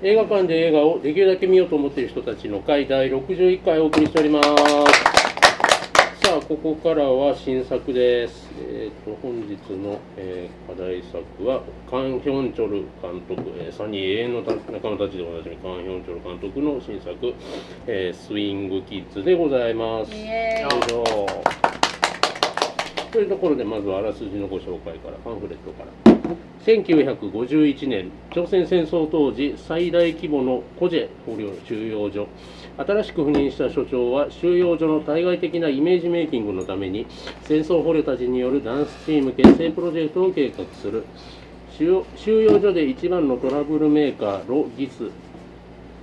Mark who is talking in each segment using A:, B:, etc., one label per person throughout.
A: 映画館で映画をできるだけ見ようと思っている人たちの会第61回お送りしておりますさあここからは新作ですえっ、と本日の、えー課題作はカン・ヒョンチョル監督、えーサニー永遠の仲間たちでおなじみカン・ヒョンチョル監督の新作、えースイング・キッズでございます
B: イエ
A: よ
B: ーイ
A: いしょというところでまずはあらすじのご紹介からパンフレットから1951年朝鮮戦争当時最大規模のコジェ捕虜収容所新しく赴任した所長は収容所の対外的なイメージメイキングのために戦争捕虜たちによるダンスチーム結成プロジェクトを計画する収収容所で一番のトラブルメーカーロ・ギス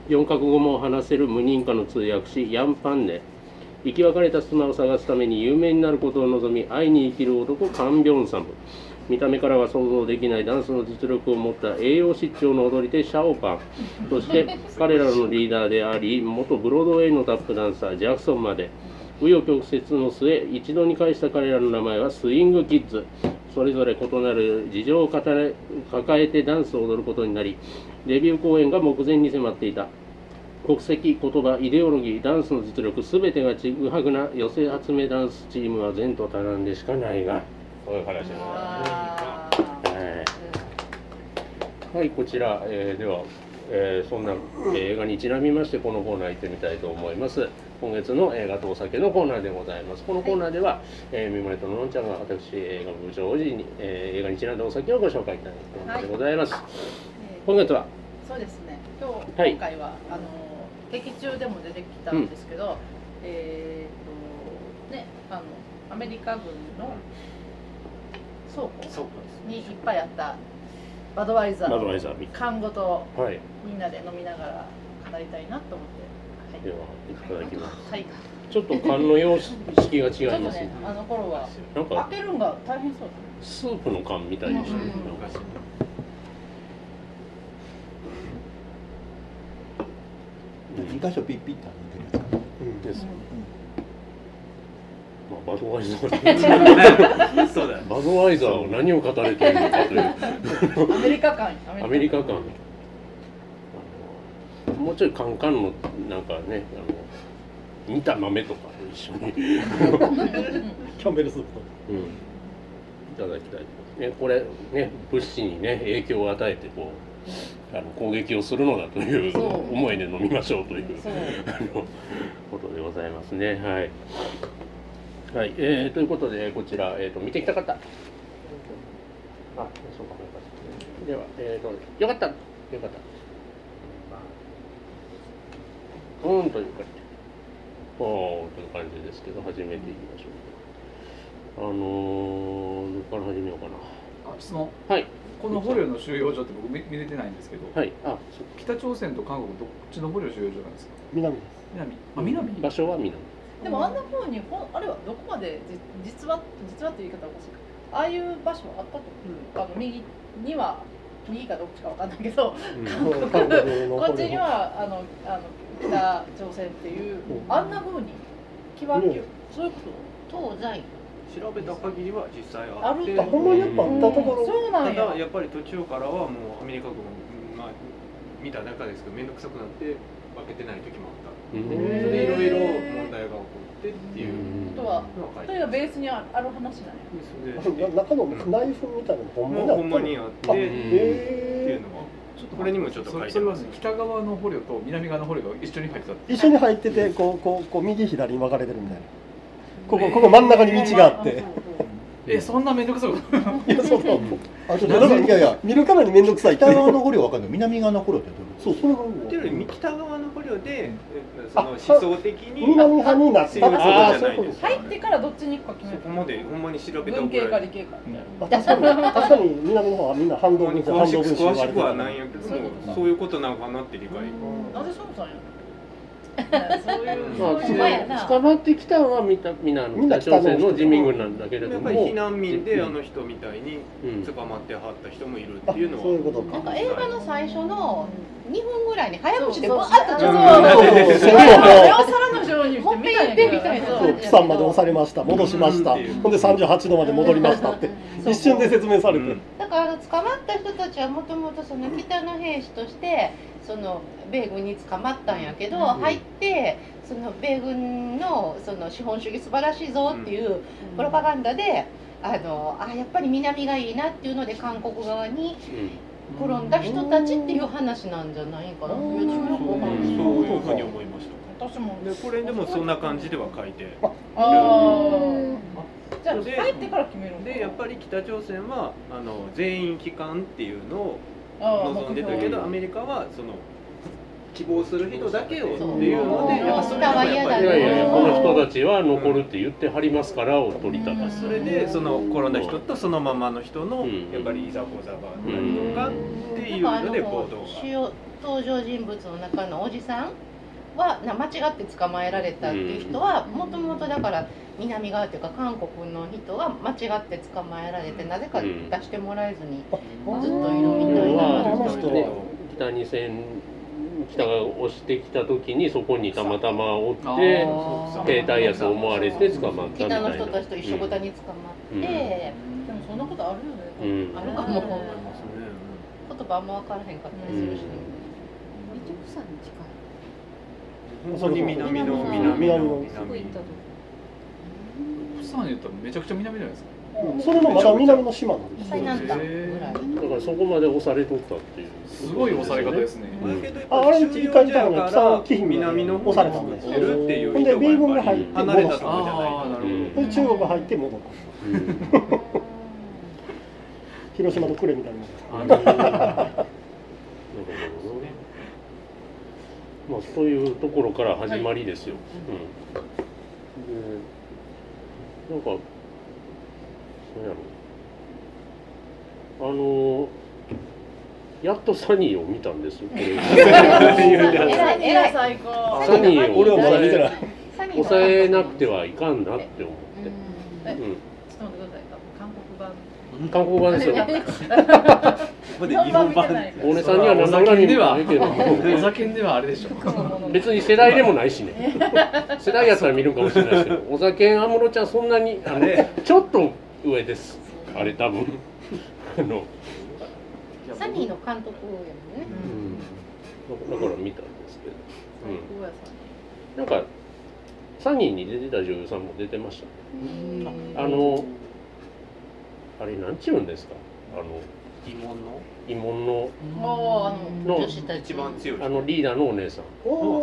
A: 4カ国語も話せる無認可の通訳師ヤン・パンネ生き別れた妻を探すために有名になることを望み愛に生きる男カン・ビョンサム見た目からは想像できないダンスの実力を持った栄養失調の踊り手シャオパンそして彼らのリーダーであり元ブロードウェイのタップダンサージャクソンまで紆余曲折の末一度に返した彼らの名前はスイングキッズそれぞれ異なる事情を語れ抱えてダンスを踊ることになりデビュー公演が目前に迫っていた国籍、言葉、イデオロギー、ダンスの実力、すべてがちぐはぐな寄せ集めダンスチームは前途多難でしかないが、こういう話でございま
B: わ
A: すはいはい、こちら、えーでは、えーそんな、えー映画にちなみまして、このコーナー行ってみたいと思います。今月の映画とお酒のコーナーでございます。このコーナーでは、えー、みもれとののんちゃんが私、映画部長時に、えー映画にちなんだお酒をご紹介いただくコーナーでございます。
B: ー
A: 今月は、
B: そうですね。今日、
A: はい
B: 今回はあの劇中でも出てきたんですけど、えーっとねあのアメリカ軍の倉庫
C: そうです
B: にいっぱいあったバドワイザ
A: バド
B: ー
A: ワイザー3
B: 缶ごと
A: つ。はい、
B: みんなで飲みながら語りたいなと思っ
A: で
B: て。
A: は、いただきます。
B: はい。はい。
A: ちょっと缶の様式が
B: ちょっ
A: 違
B: と
A: いますね
B: ね。あの頃は
A: なんか
B: 開けるんが大変そう
A: スープの缶みたいでしたね。
B: うん
A: なんか
D: 二箇所ピッピッて抜いてるやつかな。
A: です。
B: だ。
A: まあバドワイザー、
C: 昔そうだよ
A: バドワイザーを何を語れているのかという
B: アメリカ館
A: アメリカ感。あのもうちょいカンカンのなんかね、あの煮た豆とかと一緒に、うん、い
D: キャンベルスープ。
A: ただきたい。ね、これね物資にね影響を与えてこうあの攻撃をするのだという
B: そう
A: 思いで飲みましょうという。
B: そう
A: あのことでございますね。はい。はい、えー、ということで、こちら、えー、と見てきた方。あ、そうか、よかった。では、えー、と、よかった。よかった。うん、という感じ。おー、という感じですけど、始めていきましょう。あのー、どっから始めようかな。
E: あ質問
A: はい、
E: この捕虜の収容所って僕見見れてないんですけど、
A: はい、あ、そ
E: 北朝鮮と韓国どっちの捕虜収容所なんですか
D: 南で
E: 南あ南、
A: 場所は南。
B: でもあんな方にほんあれはどこまでじ実は実はって言い方はおかしいかああいう場所あったと、あの右には右かどっちかわかんないけど
A: うん
D: す。
B: こっちにはあのあの北朝鮮っていう
D: うん
B: あんな風に極め、
D: うん
B: そういうこ
F: 東西
C: 調べた限りは実際
B: あ
C: あっ
B: る
C: て
B: と
D: あほんまにやっぱ
B: と、
D: あったと
B: う
D: こ
B: ん
D: ろ。
B: そうな
C: た
B: んや
C: だやっぱり途中からはもうアメリカ軍まあ見た中ですけど面倒くさくなって分けてない時もあった
A: う
C: で
A: ん
B: へー
C: それでいろいろ問題が起こってっていう
B: あとは
C: のは書い
B: それ
C: てあ
B: が
C: る
B: ベースにあある話なんや
C: ですね
D: 中の内紛みたいなのほんま
C: も
D: に
C: う
D: あった
C: ほ
A: うん
C: んまにあってっていう
D: え
C: のは
E: ちょっと
C: これにもちょっと書いてある
E: そそれは北側の捕虜と南側の捕虜が一緒に入ってたって
D: え一緒に入っててこうこうこう右左に分かれてるみたいなここここ真ん中に道があって
E: えそんな面倒くさいこと
D: いやそうそう
G: あ、ちょっと
D: だから
G: 待っていやいや、
D: 見るからに面倒くさいって
G: 北側の捕虜は分かんない、南側の捕虜ってどういう
D: そうそうなん
C: っ
D: だ
C: ていう
D: よ
C: より北側の捕虜でえその
D: あ
C: 思想的に
D: 南派になった
C: 強いそ
D: あ
C: うじゃない
D: こ
C: で
D: と
C: す
B: 入ってからどっちに行くか決め
C: そ
B: る
C: こまでほんまに調べた
B: 文系か理
C: ら
B: 系かみたいな
D: あ確かに確かに南の方はみんな反
C: ほん
D: 動
C: まに
D: 分
C: 詳
D: 子反
C: しく
D: 動分子言わ
C: 詳
D: れ
C: してく
D: る
C: はないんやけどもそういうことなのかなって理解
B: なぜそうなんやそういうう、
C: ん
A: まあ、
B: そう
A: つ
B: いう
A: ま
B: 前
A: り
B: やな。
A: 捕まってきたのはみんなみんなあの
D: みんな
A: 北朝鮮
D: 北の
A: の
D: 人
A: 人民軍なんだけれ
C: や
A: ど
C: っ
A: も
C: ぱり避難民で
A: うん
C: あの人みたいに
A: うん
C: 捕まってはった人もいるっ
D: あ
C: て
D: そう
C: いうのは
D: いうこと
F: なん
D: か。
F: か映画の最初の
B: う
F: 2分ぐらいに早口で
B: そう
F: わ
B: そう
F: ーっと
B: う
F: ょ
B: ん
F: っ
D: そう
B: そ
D: そ
B: れを
D: れを
B: 皿の上にしてみたいな
D: そう
F: そう
D: プサンまで押されました戻しました
C: うん
D: ほんで38度まで戻りましたって
F: うん
D: 一瞬で説明され
C: う
D: て
C: ん
F: だからあの捕まった人たちはもともとその北の兵士としてその米軍に捕まったんやけど、
B: うん
F: 入ってその米軍のその資本主義素晴らしいぞっていうプロパガンダで。あのあやっぱり南がいいなっていうので韓国側に転んだ人たちっていう話なんじゃないかな、
D: うん
F: いや自分
C: そ
F: の
C: う
F: 子
C: そ
F: が
C: ういうふうに思いまし
B: 私も
C: たでこれでもそんな感じでは書いて
B: ああじゃあ
C: で
B: 入ってから決める
C: でやっぱり北朝鮮はあの全員帰還っていうのを
B: り
C: 望んでたけどアメリカはその希望する人だけをっていうのでやっぱそれでもやっぱ
A: い
C: り
A: やいやいやこの人たちは残る
C: う
A: って言ってはりますからを取りたかった
C: それでその転んだ人とそのままの人のやっぱりいざこざがあったりとかっていう
F: なんかあ
C: の
F: の
C: で暴動が。
F: 主要登場人物の中のおじさんはな間違って捕まえられたっていう人はもともとだから南側っていうか韓国の人は間違って捕まえられてなぜか出してもらえずに
D: あ
F: ずっといるみたい
A: な
D: あの人
A: ね
D: は
A: 北に線北が押してきた時にそこにたまたまおっ
E: あ
A: て
E: ー
A: 兵隊やと思われて捕まったみた
F: 北
A: い
F: の
A: な
F: 人たちと一緒ごたに捕まって、
B: でもそんなことあるよね、
A: うん
B: あ
F: る
B: る
F: か
B: かも
F: も言葉あんま分からへんかったりするし、
H: めっちゃ釜山に
C: 本
H: 近い
C: 当に南の南の
H: すぐ行ったとこ
E: 釜山言ったらめちゃくちゃ南じゃないですか
D: うんそれもまだ南の島なんです
F: 最
D: よ
F: 南端ぐらい。
A: だからそこまで押されとったっていう
E: すごい押され方ですね
A: うん
D: ああれうち一回見たのが草木姫
C: 南の
D: 押されたんです
C: 押されるっていう
D: ほんで米軍が入
A: 入
D: っ
A: ってて
C: 離れたと
D: 戻し
C: こじゃない
E: あーな
A: う
E: る
A: ん
E: ほど
D: た中国が入って戻った
A: うん
D: 広島の呉みたいな
A: あのーなるほどねまあそういうところから始まりですよ。うん。でなんかなんやろう。あのーやっとサニーを見たんですよ。こ れ
F: 偉い偉い
B: 最高
A: サニーを
D: 俺はまだ見てない
A: 抑えなくてはいかんなって思って。う
B: ちょっと待ってください韓国版
A: ん。韓国版ですよ。
C: ここで日本版
A: 大根さんには何ら恨みもないけど。
E: お酒ではあれでしょ
B: 過去のもの
A: 別に世代でもないしね 世代やったら見るかもしれないですけど小酒安室ちゃんそんなにあの
C: ね
A: ちょっと上ですあれ多分あの、
F: サニーの監督やもんね。
A: うん、だから見たんですけど、
B: 最高やさ
A: うん、なんかサニーに出てた女優さんも出てましたねあのあれなんちゅうんですかあの
C: 疑問の
A: 慰問の
B: もうあ
A: の
F: 女子たち
C: 一番強い
A: あのリーダーのお姉さん
D: お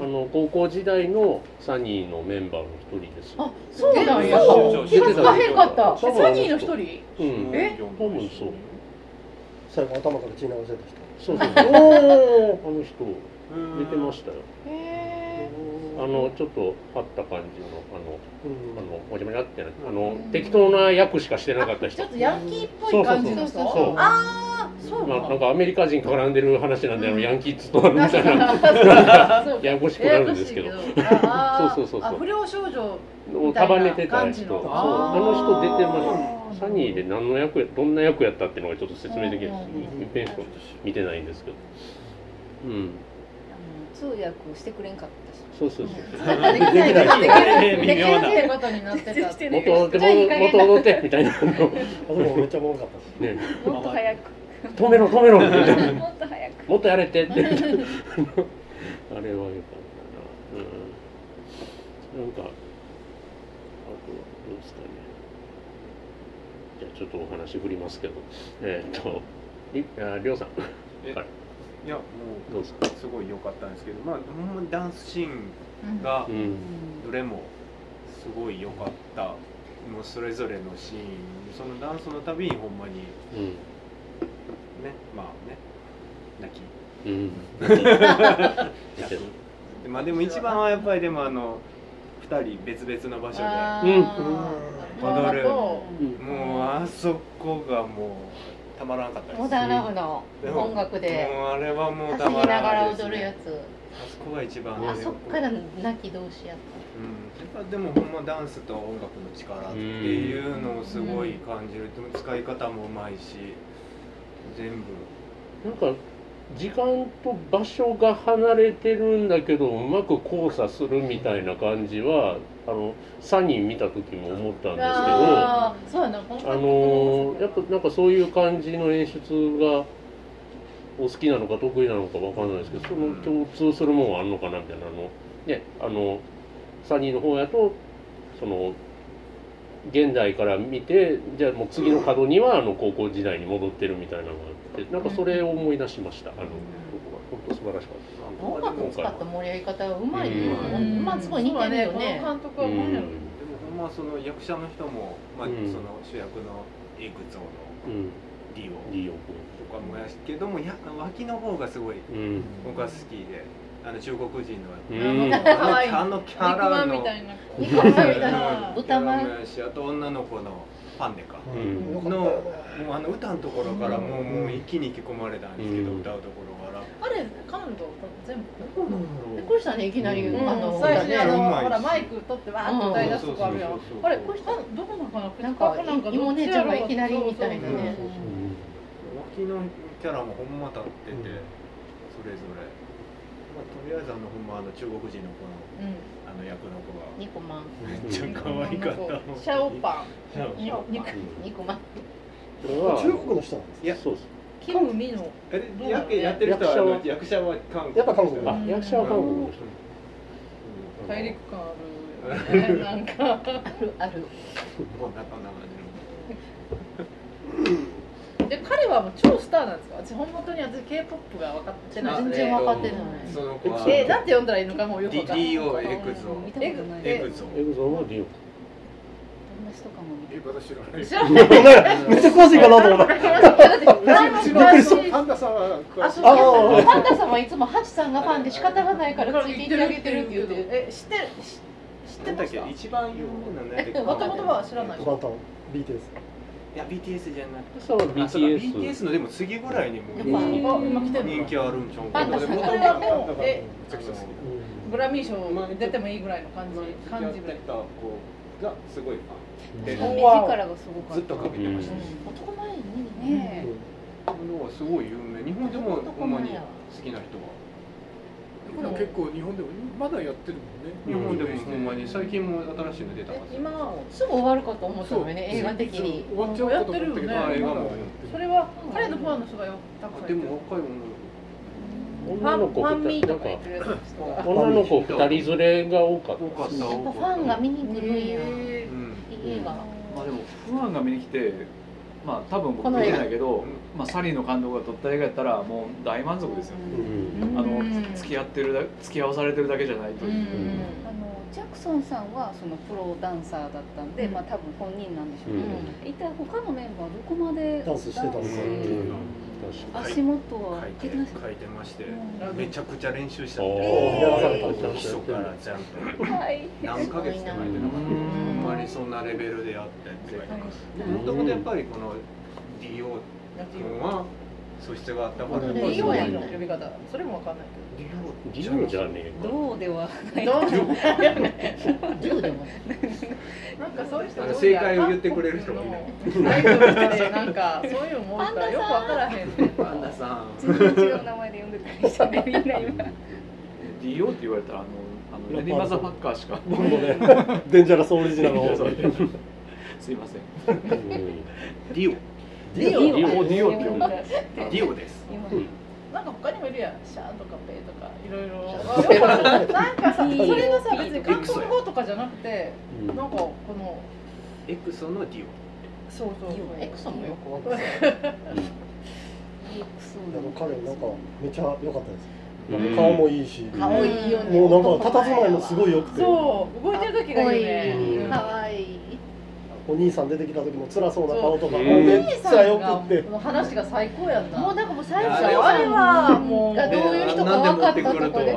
A: あ
D: ー
A: の高校時代のサニーのメンバーの一人です
F: あ、そうなんや。
B: そう
F: 気がつかへんかった。
A: そう
B: サニーの一人
A: うん
B: え
A: 多分そう
D: 最後頭から血流せた人
A: そうそうそう
D: お
A: あの人出てましたよ
F: へ
A: あのちょっとあった感じのあのあのもじゃもじゃってなあの
F: うん
A: 適当な役しかしてなかった
B: ち
A: 人
B: ょっとヤンキーっぽい感じの人
F: そうそう
A: そう
B: あ
F: ーそう
A: ななん
F: か。
A: かアメリカ人絡んでる話なんで、あ
B: う
A: の
B: ん
A: ヤンキーっつとあるみたいな
B: あそう
A: ややこしくな
B: やや
A: る
B: こ
A: んで
B: し
A: す
B: い
A: け
B: け
A: ど
B: どあー
A: そうそうそうそう
B: あ不良少女みたいな
A: 束ねてた
B: 感
A: 人
B: じ
A: そう
B: の
A: あ
B: あー
A: の人出てましたサニーで何の役やどんな役やったっていうのがちょっと説明できない
B: うん
A: です一遍しか見てないんですけどうん
H: あの通訳してくれんかったし
A: そうそうそう
B: できないできないでき
C: 微妙な
B: ないってことになってた
H: して
A: 元踊って
H: じゃあいい加減
A: 元
H: だ
A: 踊ってみたいなあの
D: あでもめっちゃおもろかったです
A: ね
H: もっと早く
A: 止めろ止めろみたいな
H: もっと早く
A: もっとやれ てって言ってあれはよかったなうんなんかあとはどうですかねじゃあちょっとお話振りますけどえーっとりありょうさん
C: いやも
A: どうですか
C: うすごい良かったんですけどまあほんまにダンスシーンが
A: うん
C: どれもすごい良かったもうそれぞれのシーンそのダンスのたびにほんまに
A: うん
C: ねまあね泣き
A: うん
C: 泣きでまあでも一番はやっぱりでもあの2人別々の場所
B: あ
A: うん
B: ー
D: うん
B: ママと
C: でもうあそこがもうたまらんかったです
F: モダンラブの音楽で
C: もうあれはもうた
F: 稼
C: ま
F: ぎなが
C: ら
F: ら
C: んです
F: 踊るや
C: ね
F: つ
C: あそこが一番
F: あそっから
C: うん、やっ
F: 泣き同士やっ
C: ぱでもほんまダンスと音楽の力っていうのをすごい感じる、でも使い方もうまいし全部
A: なんか時間と場所が離れてるんだけどうまく交差するみたいな感じはあのサニー見た時も思ったんですけどあ
B: あーそうやな本格的
A: の
B: で
A: ー
B: す
A: やっぱなんかそういう感じの演出がお好きなのか得意なのかわかんないですけどその共通するもんはあるのかなみたいなあのねあのサニーの方やとその現代から見てじゃあもう次の角にはあの高校時代に戻ってるみたいなのがあってなんかそれを思い出しましたあのとこは本当素晴らしか
F: た音楽を使った盛り上げ方がうまいね
A: う
B: うん
F: まあすごい似てるよ
B: そう
F: ね
B: やこの監督
A: った、
B: は
A: う
B: もうや
A: ん
B: ろ
C: でもほんまその役者の人も、まあ
A: うん
C: その主役のエグゾーの
A: うん、
C: リオ
A: いいよ
C: とかもやしけどもや脇の方がすごい
A: うん
C: 僕は好きであの中国人の
A: うん
B: なんか可愛い
C: あのキャ
B: 肉ま
C: ラの
B: んみたいな
F: 肉まんみたい
B: な
F: 豚まん
C: キャラもやしあと女の子のパンネか
A: う
D: うん
A: ん
C: のもうあの歌のところからもうもう一気に引き込まれたんですけど、
A: うん
C: 歌うところから
B: あれ感度全部
C: どこなんだ
F: びっくりしたねいきなり、
A: うん
F: あの
B: 最初にあ
C: う
B: の
C: まいし
B: ほらマイク取ってわーって歌い出すとこあるや
C: うんんそうそうそうそう
B: あれこれなんどこなのかな
F: なんか芋姉ちゃんがいきなりみたい
B: そ
F: な
B: うそう
F: ね
B: そう
C: 脇のキャラもほんま立ってて、
A: うん
C: それぞれ、まあ、とりあえずあのほんまあの中国人の子の
B: うん
C: あの役の子が
F: ニコマン
A: め
C: めっちゃ可愛かったもん
B: シャオパ
C: シャオパ
B: ン
C: ン
B: に肉
F: ニコマン
A: これは
D: 中国の人なんです
C: いや
A: そうです
B: キムミの
C: えでやけやってる人はあの役者は韓国
D: やっぱ韓国
A: あ役者は韓国の人
C: うん
B: 大陸感あるよねなんか
F: あるある
C: もうなかなか
B: で彼はもう超スターなんですか私本当に私 k p o p が分かってない
F: 全然分かってない
C: 出るその子は
B: えなんて呼んだらいいのかもうよく分かんない
C: DO エクゾ
H: 見た
B: エ
H: こ
B: グ
H: とない
C: エクゾ
A: エグゾンはリオ
H: 友達とかも見た
I: え、私知らない。
B: 知らない
D: めっちゃ詳しいかなと思っ
B: だって前も
I: うちのう
B: 昔
I: ちのパンダさんは詳
B: あ
I: しい
B: そ。う
D: あー
F: いやパンダさんはいつもハチさんがファンで仕方がないからついていってあげてるって言うて
B: え知ってる知って
C: なんだ
B: ま
C: っ
B: し
C: け
B: た
C: 一番有名なね
B: え元々は知らない
D: た。バンタン BTS。
C: いや BTS じゃない
A: そう
C: あそうだ
A: BTS
C: BTS のでも次ぐらいにも
F: やっぱ
B: あ今来てる
C: 人気あるんちゃう
F: パンダさん
B: こ
F: が
B: れはもうえ
I: めちゃくちゃ好き。
B: グラミー賞出てもいいぐらいの感じ感じぐらい
C: た子がすごい
H: 目
C: うん
H: 力がすごかった
C: ずっとかけてました。
F: 男前にね
H: ね
C: このはすごい有名。日本でもほんまに好きな人は。
I: でも結構日本でもまだやってるもんね。
C: 日本でもほんまに最近も新しいの出たは
B: え
C: ず。
B: 今
F: すぐ終わるかと思ったのよね映画的に
I: そう終わっちゃうかと思ったけど、
B: やってるよね
I: まだ
B: それは彼のファンの人がよたくさん
C: あ
B: い
C: で
B: て
C: も若い女の
A: 女の子
B: ファンファン
A: 二
B: ミー
A: 人な
B: と
A: ん
B: か
A: か
B: 言ってるやつですとか
A: 女の子二人連れが多かっ
C: 子多か
A: た
C: った。
F: やっぱファンが見に来る
C: う
F: んや
B: え
C: ん。
F: 映画
E: まあでもファンが見に来てまあ多分
F: こ
E: 僕
F: の
E: 見
F: 映画
E: てないけど、まあ、サリーの監督が撮った映画やったらもう大満足ですよ、
A: う
B: うんん
E: あの付き合ってるだ付き合わされてるだけじゃないと
B: う
E: い
B: ん
E: う、
H: あのジャクソンさんはそのプロダンサーだったんで、まあ多分本人なんでしょうけど、一体他のメンバーどこまで
D: ダンスしてたのか
H: ダンス
A: うん
H: 足元は
C: 書いて
H: できないです
C: 書いてまして、
B: うん
C: めちゃくちゃ練習した。
A: おー
C: 基礎からちゃんと
H: はい
C: 何ヶ月って書いてなかった。ほんまにそんなレベルでやってって書いてます。もともとやっぱりこの DO 君は素質があったから。
B: いいよや
F: や
B: ん
F: ん
B: の
F: の
B: 呼び方それもわかんないけ
A: リオじゃねえか
H: どうではない
B: どどう
F: 10でも
B: どなんかそういう人
C: なんか正解を言ってくれる人がいない
B: アイドルってなんかそういうのも多いからよくわからへんね
C: パンダさん。
H: 全然違う名前で呼んでたりしてねみんな今
E: DO って言われたらあのあのレディマザーファッカーしか
D: 僕もね、デンジャラスオリジナルの。
E: すいません
A: うん
C: ディ
A: リオリオリオって呼んだ
C: オ。ディオです。
H: 今
B: なんか他にもいるやんシャーとかペーとかいろいろなんかさそれがさ別に韓国語とかじゃなくてなんかこの
C: エクソのディ
B: そうそうそう
F: エクソンもよくわかる
D: でも彼なんかめちゃ良かったで
A: うん
D: す。顔もいいし、も
F: 顔いいよね
D: うなんか佇まいもすごい良くて、
B: そう動いてる時がいいね
A: うん
F: かわいい
D: お兄さん出てきた時の辛そうな顔とか
A: そ
D: も
A: う
D: め
B: お
D: っ
B: 兄
D: ち
B: さ
D: ゃ
B: ん
D: 良
B: が
D: くって、
B: もう話が最高やんな
F: もうなんかもう最
C: あれ
F: 初
C: は
F: あれは
B: も
F: も
B: う
F: う
B: あ
F: どういう人か分かったとこで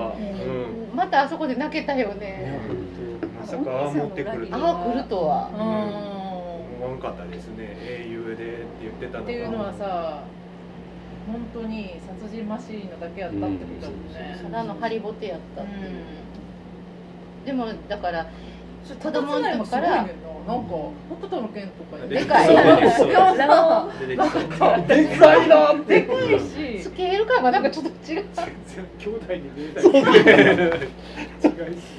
C: オ。
F: またあそこで泣けたよね
C: うん。まさかああ持ってくると
F: あ
C: は。
F: あ来るとは
B: うん
C: 思わんかったですね。英雄でっていうってた
B: っ
C: のが
B: ていうのはさ本当に殺人マシーンなだけやったってことだもんね、
F: ただのハリボテやったっていう、でもだから
B: うん、
F: 子供の時から
B: なんか北斗の拳とか
F: でかい
B: そう
F: そう
B: な
C: 出てきそう
D: でかいなっ
B: で
D: て
B: かいし
F: スケール感がなんかちょっと違う
I: 全然兄弟に見え ない。違いす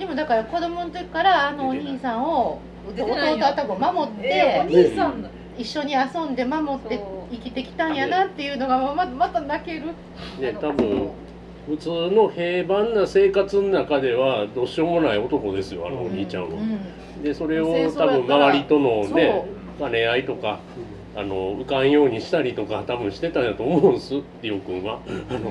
F: でもだから子供の時からあのお兄さんを弟と多分守っ
B: えお
F: て
B: 兄さんだ
F: 一緒に遊んで守って
H: そう
F: 生きてきたんやなっていうのがままた泣ける
A: で多分普通の平凡な生活の中ではどうしようもない男ですよあのお兄ちゃん
B: う
A: は。
B: ん
A: でそれ
B: 戦
A: を
B: 争
A: 多
B: や
A: 分
B: ったら
A: 周りとのね
F: そ
A: 兼ね合いとかあの浮かんようにしたりとか多分してたんだと思うんですリオ君は。あの
H: あの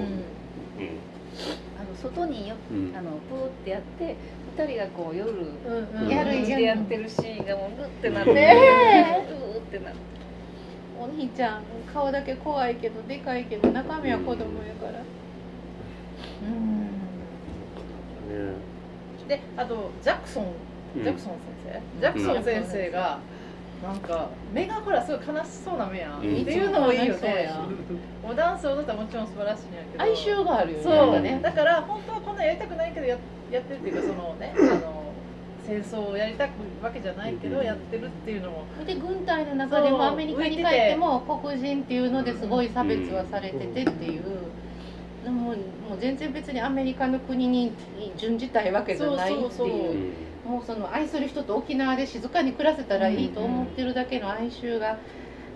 H: 外によ
A: うんうん
H: あのブーってやって二人がこう夜
B: うんうん
F: やる
H: ブーってやってるシーンがもうグッてなって、
F: ね
H: ブーってなって
F: お兄ちゃん顔だけ怖いけどでかいけど中身は子供やから
A: ね
B: であとジャクソン
A: うん
B: ジャクソン先生、ジャクソン先生が、なんか目がほらすごい悲しそうな目やん、
A: うん
B: っていうのもいいよ
F: そう
B: ね
F: や
B: おダンス踊ったらもちろん素晴らしいんやけど
F: 哀愁があるよね
B: そう
F: なんか
B: ね
F: ね
B: だから本当はこんなんやりたくないけどややってるっていうかそのねあの戦争をやりたくわけじゃないけどやってるっていうのも
F: で軍隊の中で
B: そう
F: もアメリカに帰っても黒人っていうのですごい差別はされててっていう。でももう全然別にアメリカの国に準じたいわけじゃないっていう
B: そうそうそう
A: うん
F: もうその愛する人と沖縄で静かに暮らせたらいいと思ってるだけの哀愁が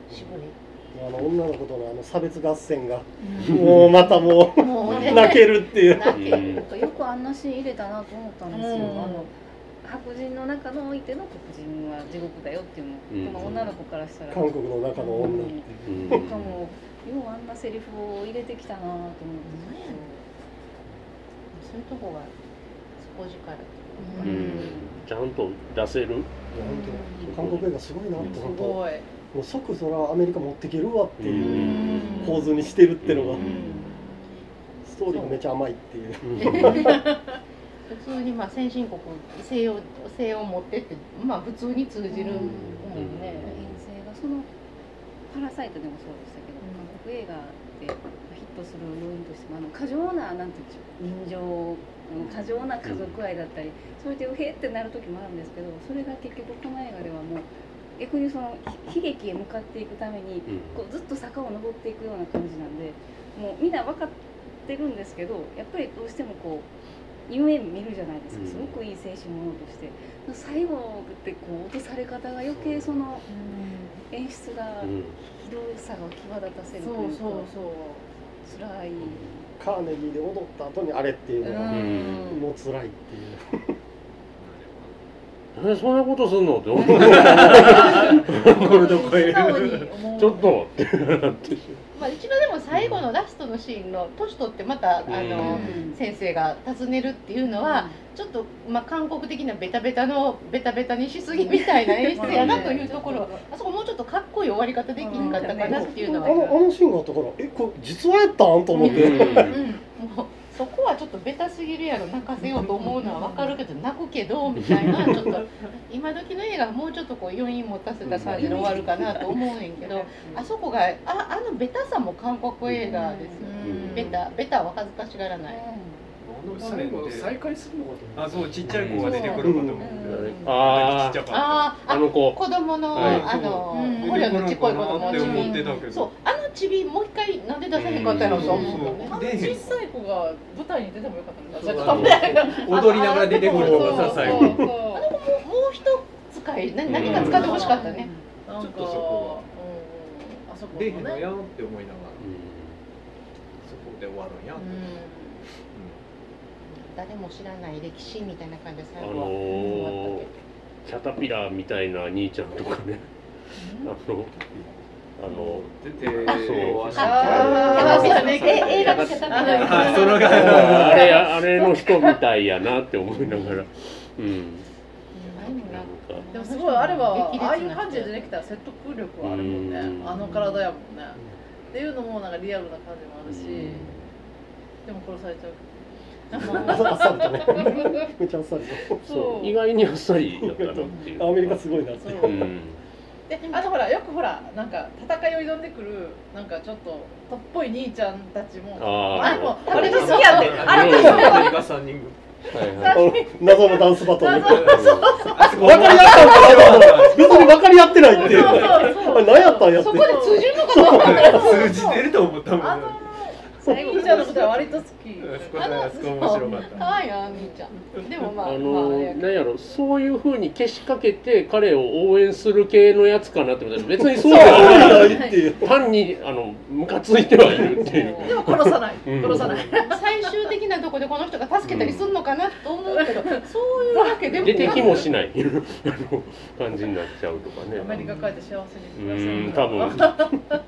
F: 渋
D: あの女の子とのあの差別合戦が
F: い、
D: もうまたも
F: も う
D: う
F: ね
D: 泣けるっていう
F: 泣ける
A: うん
H: なんかよくあんなシーン入れたなと思ったんですよ、
B: うん
H: あの白人の中のおいての黒人は地獄だよっていう
A: う
H: の、
A: ん
H: この女の子からしたら
D: 韓国の中の女
H: うん
A: うん
H: なんかもうようあんなセリフを入れてきたなと思って、
F: そういうとこが底力っていうか
A: う
F: うん
A: んちゃんと出せる。
D: 韓国映画すごいなって
B: す
D: 本当も
B: ごい、
D: う即それはアメリカ持っていけるわって
A: う
D: いうん構図にしてるってのが
A: うん
D: ストーリーがめちゃ甘いっていう
F: 普通にまあ先進国西洋西洋を持ってってまあ普通に通じるもんね、
H: 編成がそのパラサイトでもそうでしたけど、
B: うん
H: 韓国映画でヒットする要因としてもあの過剰ななんていうんでしょう人情過剰な家族愛だったり、それでうへってなる時もあるんですけどそれが結局この映画ではもう逆にそのひ悲劇へ向かっていくために
A: うん
H: こうずっと坂を登っていくような感じなんでもうみんな分かってるんですけどやっぱりどうしてもこう夢見るじゃないです
A: う
H: か
A: ん
H: すごくいい青春ものとして最後ってこう落とされ方が余計その演出が
A: うん
H: ひどさが際立たせると
B: そう
H: いうか
B: そう
H: 辛い
D: カーネギーで踊った後にあれっていう
B: そう、
D: の
B: う
D: が
B: ん
D: もう辛いっていう
A: なんでそんなことすんのって思う
B: これどこへ素 直に思う
A: ちょっと
F: まあ、うちのでも最後のラストのシーンの年取ってまたあの、
H: うん
F: 先生が訪ねるっていうのは、ちょっと、まあ、韓国的なベタベタのベタベタにしすぎみたいな演出やなというところはあそこもうちょっとかっこいい終わり方できんかったかなっていうの
D: あ
F: は、も
D: のあのシーンがあったからえこれ実はやったんと思っ
A: う
D: て
A: ん
F: うそこはちょっとベタすぎるやろ泣かせようと思うのは分かるけど泣くけどみたいなちょっと今時の映画はもうちょっとこう余韻持たせた感じで終わるかなと思うねんけどあそこがああのベタさも韓国映画ですよね
B: うん
F: ベタベタは恥ずかしがらない。
I: 最後再会するのかと思った
C: あそうちっちゃい子が出てくるかと思う
A: あ
C: ちっちゃかっ
F: あー
A: あの子
F: 子供の、
A: はい
F: あの、
B: うん
F: 捕虜のちっこい子供
B: 出てこな
F: の
B: いかなって
F: ち
B: 思って
C: たけ
F: び
C: ど
F: そうあのちびもう一回なんで出さへんかったやろと思うのね
B: あの
C: 出へ
B: 小
C: ん
B: さい子が舞台に出てもよかったんだ
C: そう
B: ちょっとね
C: た踊りながら出てくるとかさ最後
B: そうそうそう
F: もう一使いな何か使ってほしかったね、
B: なんか
C: ちょっとそこ
B: うん、あそこ
C: 出へんの
B: ね
C: やんって思いながらそこで終わるんや
B: うんん
F: 誰も知らない歴史みたいな感じで
A: あ
F: 最後は
A: の
F: 終わっ
A: ーキャタピラーみたいな兄ちゃんとかねあのあの
E: 出て
A: そう
E: 足
B: あー
F: たけど
B: そうだね
F: え映画のキャタピラ
C: あ
F: ー
C: そのが
A: あれあれの人みたいやなって思いながらうん
B: でもすごいあれは
F: 激烈な
B: ああいう感じで出てきたら説得力はあるもんね
A: うん
B: あの体やもんねっていうのもなんかリアルな感じもあるしでも殺されちゃう
D: あっさりとねめっちゃあっさり
A: そう意外にあっさりだったなってい
D: と
A: う
D: アメリカすごいなって
B: そう
A: うん
B: であとほらよくほらなんか戦いを挑んでくるなんかちょっととっぽい兄ちゃんたちも
A: あ
B: あ
A: ー
B: れもあれも好きやってあれも
A: うん
B: 好きやって
C: が三人組
A: はいはい
D: あの謎のダンスバトルみたいな。
C: あそこ
D: 分かり合ったんかなと思って別に分かり合ってないっていう。
B: そうそうそう
D: あれ何やったんやって
F: そ。こで通じるのかと思ったら
C: 数字出ると思ったもん
B: あ
C: ね
B: の兄ちゃんのことは割と好き
C: あそこあそこ面白かった
F: かわいいなみーちゃんでもまあ
A: あ
F: まああ
A: の
F: れやけど
A: なんやろそういうふうにけしかけて彼を応援する系のやつかなって思ったら別にそうで
D: そう
A: はない
D: じゃないっていう。
A: 単にあのムカついてはいるっていう
B: でも殺さない
A: うん
B: 殺さない
F: 最終的なとこでこの人が助けたりするのかなと思うけど、そういうわけでも
A: 出てきも
F: し
A: しないあの感じになっちゃうとかね
B: アメリカ帰って幸せ
A: う
B: に
A: ーん
B: 暮
A: 多
B: らせる
A: 分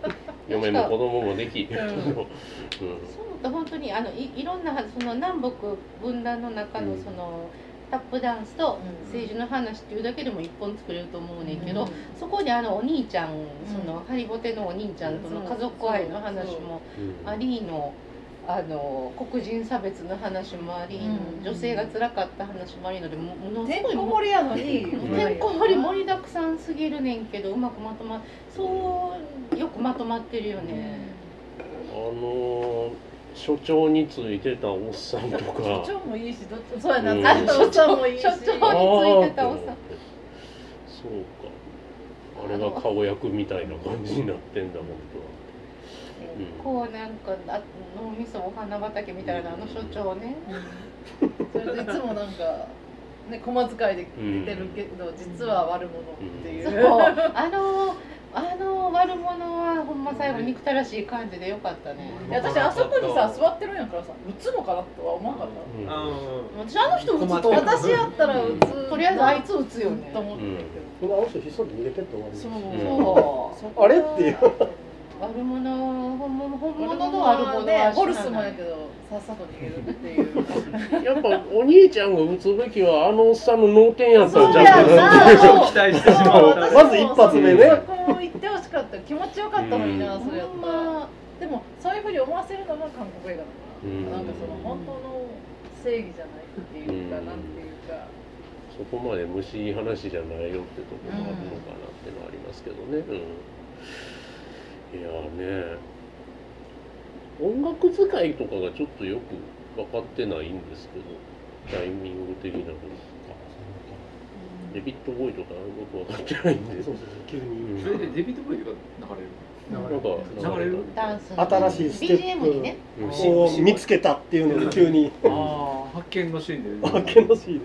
A: 嫁も子供もでき、うん
F: そう思うと本当にあのいいろんなその南北分断の中の
A: うん
F: その、タップダンスと
B: うん
F: 政治の話っていうだけでも一本作れると思うねんけど、
B: うん
F: そこであのお兄ちゃん、そのハリボテのお兄ちゃんとの
B: うん
F: 家族愛の話
B: そう
F: も
A: うん
F: ありの。あの黒人差別の話もあり、
B: うん
F: 女性が辛かった話もありのでもものす
B: てん
F: ごい
B: こ盛りやのに
F: てんこ盛り盛りだくさんすぎるねんけどうまくまとまそうよくまとまってるよね、
A: あのー所長についてたおっさんとか
B: 所長もいいしどっちそうや
A: うん
B: な所長もいいし
F: 所長についてたおっさん
A: そうかあれが顔役みたいな感じになってんだ本当は、
F: こうなんかあ脳みそお花畑みたいなあの所長ね、
B: それでいつもなんかね駒遣いで出てるけど実は悪者っていう
F: そうあのあの悪者はほんま最後憎たらしい感じでよかったね、
B: いや私あそこにさ座ってるんやからさ打つのかなとは思わなかっ
A: うんうん
F: 私あの人打つ
B: た
F: と
C: 困ってる
B: 私やったら打つ
F: とりあえずあいつ打つよね、
B: と思って
D: このあの人ひっそり逃げてって終わりです
B: そう
F: そう
B: そ
D: あれっていう
F: 悪者本物本
B: 本
F: 物
B: 物
F: の
B: の
F: 悪
B: 悪者
F: 者は
B: で
F: 知らない
B: ボルスもやけどさっさと逃げるっていう
A: やっぱお兄ちゃんが打つべきはあのおっさんの脳天やったんち
B: そう
A: ゃ
B: や
A: うか
B: ん
A: な
B: なそう
C: 期待してしまう
D: まず一発目ね
B: そうそうそこも行ってほしかった気持ちよかったのになそれやっ
F: ほん
B: たら
F: ま
B: でもそういうふうに思わせるのが韓国映画
A: うん
B: だから、なんかその本当の正義じゃないっていうか、なんていうか、
A: そこまで虫いい話じゃないよってとこもあるのかなってのはありますけどね、うんいやーね音楽使いとかがちょっとよく分かってないんですけどタイミング的なこととかデビット・ボーイとかよく分かってないんで
D: そうそうそう急に
E: それでデビッド・ボーイが流れる
A: なんか
E: 流れる
F: ダンスの
D: 新しいステッ
F: BGM にね
A: う
D: プ
A: ん
D: を見つけたっていうのに急に
E: ああ発見のシーンで
D: あけのしい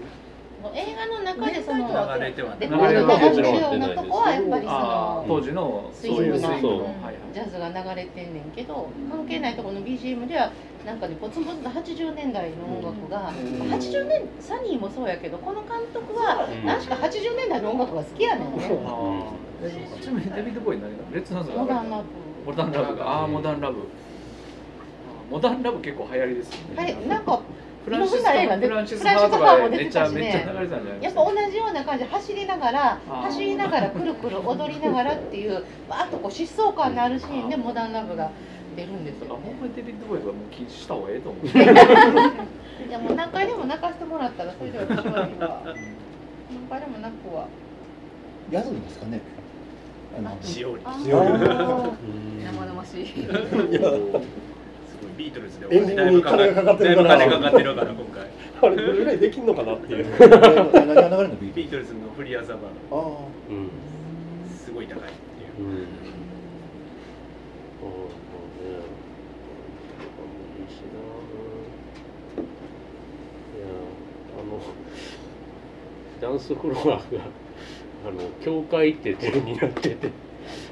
F: 映画の中でその
C: 流れては
F: レ
C: ね
F: コード流してるようなとこはやっぱりそ
E: ああ
F: の
E: 当時の
F: ス
E: そ
F: イ
E: う
F: ング
E: い
F: の
E: うスイングの
A: そう
E: はいはい
F: ジャズが流れてんねんけど関係ないところの BGM ではなんかねポツンポツンと80年代の音楽が80年サニーもそうやけどこの監督は
A: うん
F: 何しか80年代の音楽が好きやねんね
E: ああえちなみにデビッド・ボーイ何がレッツ・ナズ
F: モダンラ
E: モダンラブがああモダンラブあーモダンラブ結構流行りです
F: ブ
E: ね
F: はいなんか
E: フランシ
F: い
E: ス
F: ろん
E: コ
F: な映画で
E: フランシスハーとかでめちゃ
F: フランシスハーも出てたしね
E: めちゃ流れたんじゃないで
F: やっ
E: す
F: ぱ
E: か
F: 同じような感じで走りながら
E: あー
F: 走りながらくるくる踊りながらっていうバーッとこう疾走感のあるシーンでモダンラブが出るんです
E: だから
F: よ
E: ほん
F: ね
E: まにデビッド・ボーイはもう禁止した方がええと思 う
F: いやもう何回でも泣かしてもらったらそれで私はいいわ何回でも泣くわ
G: ヤズですかねあの
C: しおり
H: あ
G: しおり
H: ー
A: うん
H: 生々しい
D: いや
C: すごいビートルズで
D: エンディングに金がかかって
C: だい
D: るか
C: ぶ
D: ら
C: 金かかってるから今回
D: あれどれぐらいできんのかなっていう
G: 何が流れるのビ
C: ビ
G: ー
C: ートルズのフリアザバ
G: トあ
A: うん
C: ーすごい高いっていう
A: うん。うん。ダンスフロアがあの教会って手になってて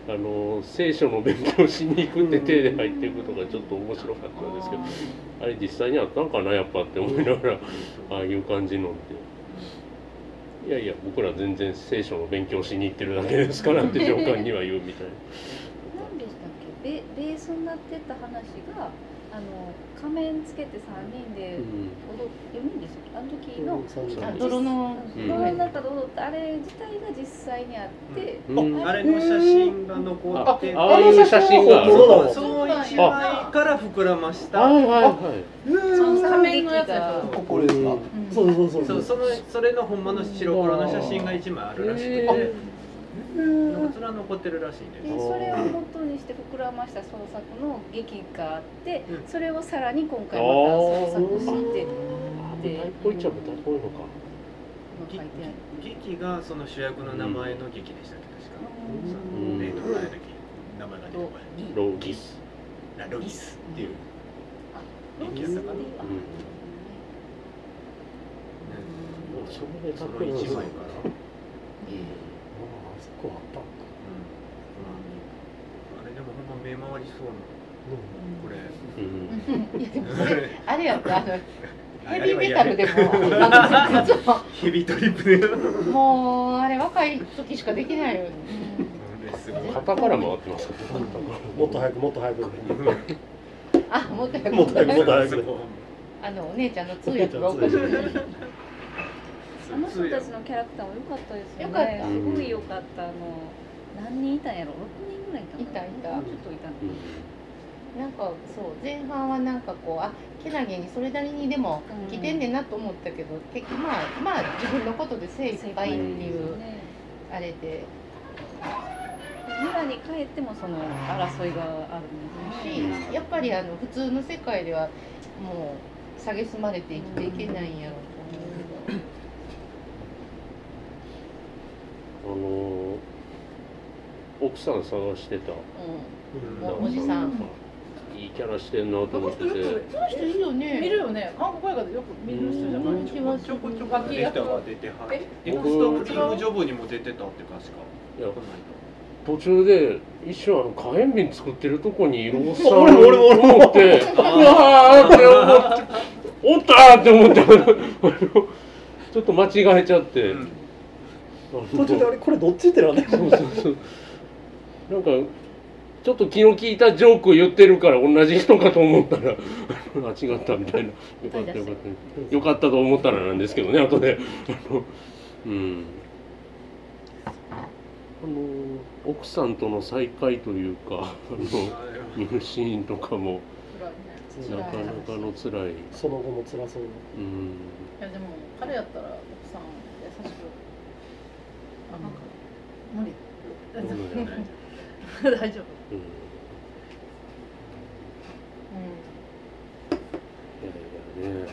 A: あの聖書の勉強しに行くって手で入っていくとかちょっと面白かったんですけどあれ実際にあったんかなやっぱって思いながらああいう感じのっていやいや僕ら全然聖書の勉強しに行ってるだけですからって上官には言うみたいな。
H: 何でしたっけベベースになってた話があの仮面つけて三人で踊っ4人でしたっけあの時の
A: うん
F: 泥の
A: うん
H: 泥の中で踊ったあれ自体が実際にあって、
A: うん
C: あれの写真が残ってて
A: あああいう写真がある
D: そうなの
C: そう一枚から膨らまし
A: は
C: た
A: いはいはい。
B: その仮面のやつや
G: あここですか
D: そうそうそ
C: そ
D: うそうう
C: そのそれのほんまの白黒の写真が一枚あるらしく
A: へ
C: てなんか面残ってるらしいね
H: でそれを元にして膨らました創作の劇があって、
C: うん
H: それをさらに今回また創作して
A: あ舞台っぽいっちゃ舞台っぽいのか
H: 書いてある。
C: 劇がその主役の名前の劇でしたっけ確か、
A: うん
C: でどんなやったっけ名前が出てこ
A: ローギス、
C: ないロギスっていう劇やったかな、
A: うん、もうそれで
C: そ
A: たっ
C: の
A: ぷり
C: 一枚から、
A: うん
C: うん
A: あそこあったんか
C: あれでもほんま目回りそうなこれ
A: うん
F: いやでもそれあれやったあのヘビーメタルでも
C: あ
F: あのいつも
C: ヘビートリップで
F: もうあれ若い時しかできないよね
C: すごい
A: 肩から回ってます
D: もっと早くもっと早く
F: あもう一回
D: もっと早くもっと早
C: す
D: く
C: ごい
F: あのお姉ちゃんの通訳がおかしい
H: あの人たちのキャラクターも良かったですよ
F: 良
H: ね。
F: かった
H: すごい良かった。あの何人いたんやろ？六人ぐらいいたのかな。
F: いたいた
H: もうちょっといたのか
F: なんかそう前半はなんかこうあけなげにそれなりにでも来てんねんなと思ったけど、結局まあまあ自分のことで精一杯っていう
H: な。ね。
F: あれで
H: 村に帰ってもその争いがあるんですね。
F: しやっぱりあの普通の世界ではもう蔑まれて生きていけないんやろうと思うけど
A: あのー奥さん探してた
F: うんおおじさん
A: いいキャラしてんなと思ってて
F: その人いいよね
B: 見るよね韓国映画でよく見る人じゃない
A: うん
B: ちょこちょこちょこ脇
C: レフタ
B: 役
C: ーが出てはる
B: え
C: エクストリームジョブにも出てたって確か
A: いや
C: この間
A: 途中で一瞬あの火炎瓶作ってるとこにいるおっ さん
D: 俺も俺も俺も
A: 思ってうわーって思っておったーって思ってあ のちょっと間違えちゃって、
C: うん
D: 途中であれこれどっちってなって
A: そうそうそうなんかちょっと気の利いたジョーク言ってるから同じ人かと思ったらあ違ったみたいなよかったよかったよかったと思ったらなんですけどね後で あのうんあの奥さんとの再会というかあの見るシーンとかもなかなかの辛い
D: その後も辛そう
A: うん
B: いやでも彼やったら奥さん優しくあの無理
A: そうだよね
B: 大丈夫
A: うん
B: う
A: いやいやね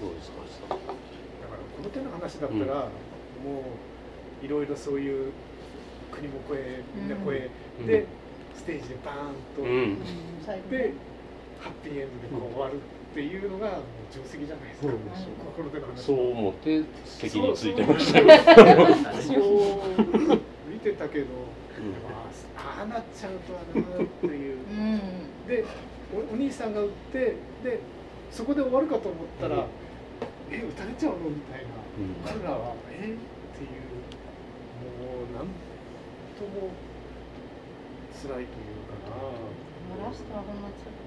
A: どうですか明日
I: だからこの手の話だったら、もういろいろそういう国も越えみんな越え、でステージでバーンと、
A: うん、
B: ん最後
I: でハッピーエンドでこう終わるっていうのがもう定石じゃないですか、この手の話
A: そう思って席についてましたた。
I: 私も見てたけど、ああなっちゃうとはなっていう
B: うん
I: でおお兄さんが打ってでそこで終わるかと思ったら、え打たれちゃうのみたいな彼らはえっていうもうなんとも辛いというかな
F: ラストはほんまちょっ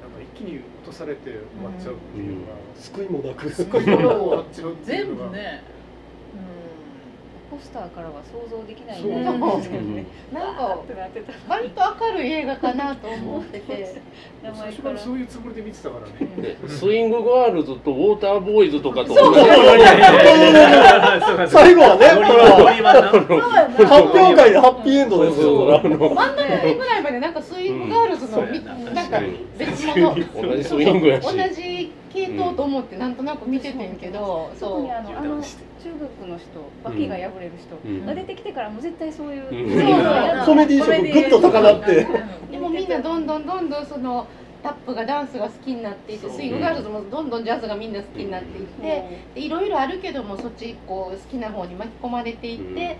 I: なんか一気に落とされて終わっちゃうっていうのが、
D: 救いもなく
I: すごいものが終わっちゃうっていう
B: 全
I: の
B: 部
I: が
B: ね
H: ポスターからは想像できない
I: そう
H: ね。
F: となんか
H: ってなってた。
F: 割と明るい映画かなと思ってて
H: 名
I: 最
H: 前
I: 初
H: か
I: から
H: ら。
I: そういうつもりで見てたからね
A: でスイングガールズとウォーターボーイズとかと同じ
D: 最後はね
C: ノリ
D: こ
C: ノリはな
D: れは発表会でハッピーエンドですよ
A: あの
F: 真ん中ぐらいまでなんかスイングガールズのみなんか別物
A: 同じスイングやし
F: 同じ系統と思ってなんとなく見ててんけど、
H: 特
F: そう
H: にあのあの中国の人、バキが破れる
A: うん
H: 人が出てきてからもう絶対そういう、
A: うん
F: うん
D: コメディー色グッと高鳴って
F: でもみんなどんどんどんどんそのタップがダンスが好きになっていてスイングガールズもどんどんジャズがみんな好きになっていって、でいろいろあるけどもそっちこう好きな方に巻き込まれていって、
A: うん